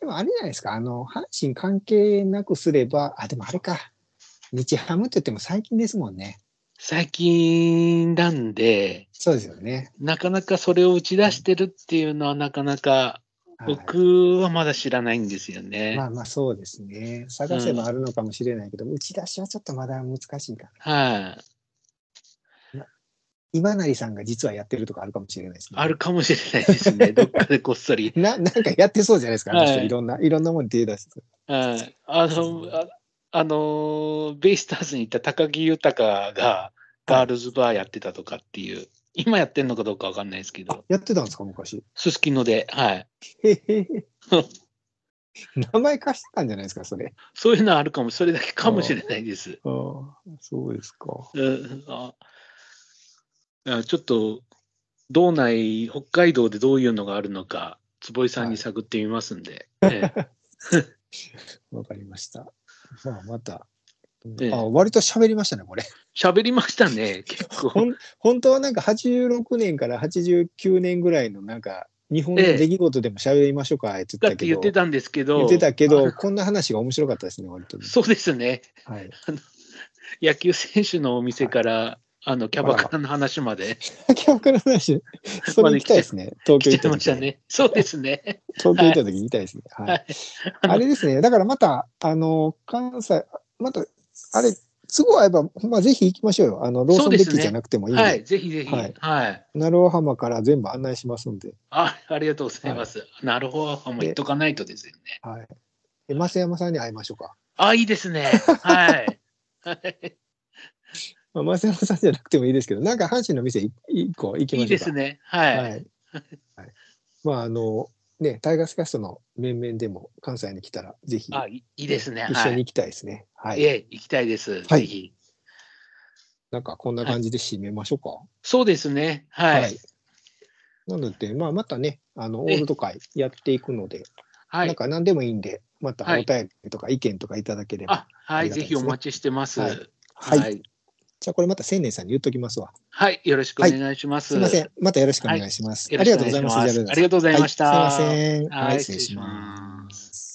[SPEAKER 1] でもあれじゃないですか、あの、阪神関係なくすれば、あ、でもあれか、日ハムって言っても最近ですもんね。
[SPEAKER 2] 最近なんで、
[SPEAKER 1] そうですよね。
[SPEAKER 2] なかなかそれを打ち出してるっていうのは、なかなか
[SPEAKER 1] はい
[SPEAKER 2] 僕はまだ知らないんですよね。
[SPEAKER 1] まあまあそうですね。探せばあるのかもしれないけど、打ち出しはちょっとまだ難しいかな。
[SPEAKER 2] はい、
[SPEAKER 1] 今成さんが実はやってるとかあるかもしれないですね。
[SPEAKER 2] あるかもしれないで すね。どっかでこっそり。
[SPEAKER 1] ななんかやってそうじゃないですか、あの人
[SPEAKER 2] はい
[SPEAKER 1] いろんな、いろんなものに手出して。
[SPEAKER 2] はい。あの、ああのーベイスターズに行った高木豊がガールズバーやってたとかっていう、今やってんのかどうかわかんないですけ
[SPEAKER 1] あ
[SPEAKER 2] ど、
[SPEAKER 1] やってたんですか、 昔。
[SPEAKER 2] すすきので、はい。
[SPEAKER 1] へへへ名前貸してたんじゃないですか、それ。
[SPEAKER 2] そういうのはあるかも、それだけかもしれないです。
[SPEAKER 1] ああ、そうですか。
[SPEAKER 2] うんああちょっと、道内、北海道でどういうのがあるのか、坪井さんに探ってみますんで。ええ
[SPEAKER 1] わかりました。まあ、また。
[SPEAKER 2] ええ
[SPEAKER 1] あ割と喋りましたね、これ。
[SPEAKER 2] 喋りました ね、結
[SPEAKER 1] ほ
[SPEAKER 2] 構。
[SPEAKER 1] ん本当はなんか86年から89年ぐらいのなんか日本の
[SPEAKER 2] ええ
[SPEAKER 1] 出来事でも喋りましょうかって
[SPEAKER 2] だ
[SPEAKER 1] 言
[SPEAKER 2] っ
[SPEAKER 1] った
[SPEAKER 2] て
[SPEAKER 1] け
[SPEAKER 2] 言
[SPEAKER 1] ど、
[SPEAKER 2] ってたんですけど、
[SPEAKER 1] 言ってたけど、こんな話が面白かったですね、割とね。
[SPEAKER 2] そうですね。
[SPEAKER 1] はい、
[SPEAKER 2] 野球選手のお店から、あのキャバクラの話まで
[SPEAKER 1] キャバクラの話、それ行きたいですね。東京行っ
[SPEAKER 2] 来ちゃ
[SPEAKER 1] た
[SPEAKER 2] いました
[SPEAKER 1] 時、
[SPEAKER 2] ね。そうですね。
[SPEAKER 1] 東京行った時に行きたいですね。はい。
[SPEAKER 2] はい
[SPEAKER 1] あれですね、だからまた、あの、関西、また、あれ、都合合えば、ほんまぜひ行きましょうよ。あの、ローソンデッキじゃなくてもいいんで、
[SPEAKER 2] はい、ぜひぜひ。は
[SPEAKER 1] はいい。鳴尾浜から全部案内しますんで、
[SPEAKER 2] あありがとうございます。なるほど。もう言っとかないとですよね。
[SPEAKER 1] はい。え、増山さんに会いましょうか。
[SPEAKER 2] あ、いいで すね。はい。はい
[SPEAKER 1] まあ、増山さんじゃなくてもいいですけど、なんか阪神の店い一個行きましょうか。
[SPEAKER 2] いいですね。はい。
[SPEAKER 1] はい。はい。まあ、あの、ね、タイガースキャストの面々でも関西に来たら、ぜひ
[SPEAKER 2] あ、いいいですね。
[SPEAKER 1] 一緒に
[SPEAKER 2] は。
[SPEAKER 1] 行きたいですね。はいい。
[SPEAKER 2] ええ、行きたいです。
[SPEAKER 1] はい
[SPEAKER 2] ぜひ。
[SPEAKER 1] なんかこんな感じで締めましょうか。
[SPEAKER 2] そうですね。はい。はい。
[SPEAKER 1] なので、まあ、またね、あの、オ
[SPEAKER 2] ええ
[SPEAKER 1] ールド会やっていくので、なんか何でもいいんで、またお
[SPEAKER 2] はい
[SPEAKER 1] 便りとか意見とかいただければ。
[SPEAKER 2] あ、は
[SPEAKER 1] あ
[SPEAKER 2] い。
[SPEAKER 1] りがた
[SPEAKER 2] ぜ
[SPEAKER 1] いですね
[SPEAKER 2] ひお待ちしてます。
[SPEAKER 1] は
[SPEAKER 2] はいい。
[SPEAKER 1] はい。
[SPEAKER 2] はい。
[SPEAKER 1] じゃあ、これまた千年さんに言っときますわ。
[SPEAKER 2] よろしくお願いします。
[SPEAKER 1] すいません。またよろしくお願いします。
[SPEAKER 2] よ
[SPEAKER 1] あ
[SPEAKER 2] ろ
[SPEAKER 1] り
[SPEAKER 2] し
[SPEAKER 1] が
[SPEAKER 2] く
[SPEAKER 1] と
[SPEAKER 2] お
[SPEAKER 1] うご
[SPEAKER 2] 願い
[SPEAKER 1] ざい
[SPEAKER 2] し
[SPEAKER 1] ま。
[SPEAKER 2] ますす。ありがとうございました。
[SPEAKER 1] はい、すいません。
[SPEAKER 2] は
[SPEAKER 1] はいい、失礼し
[SPEAKER 2] 失礼し
[SPEAKER 1] ま。
[SPEAKER 2] ます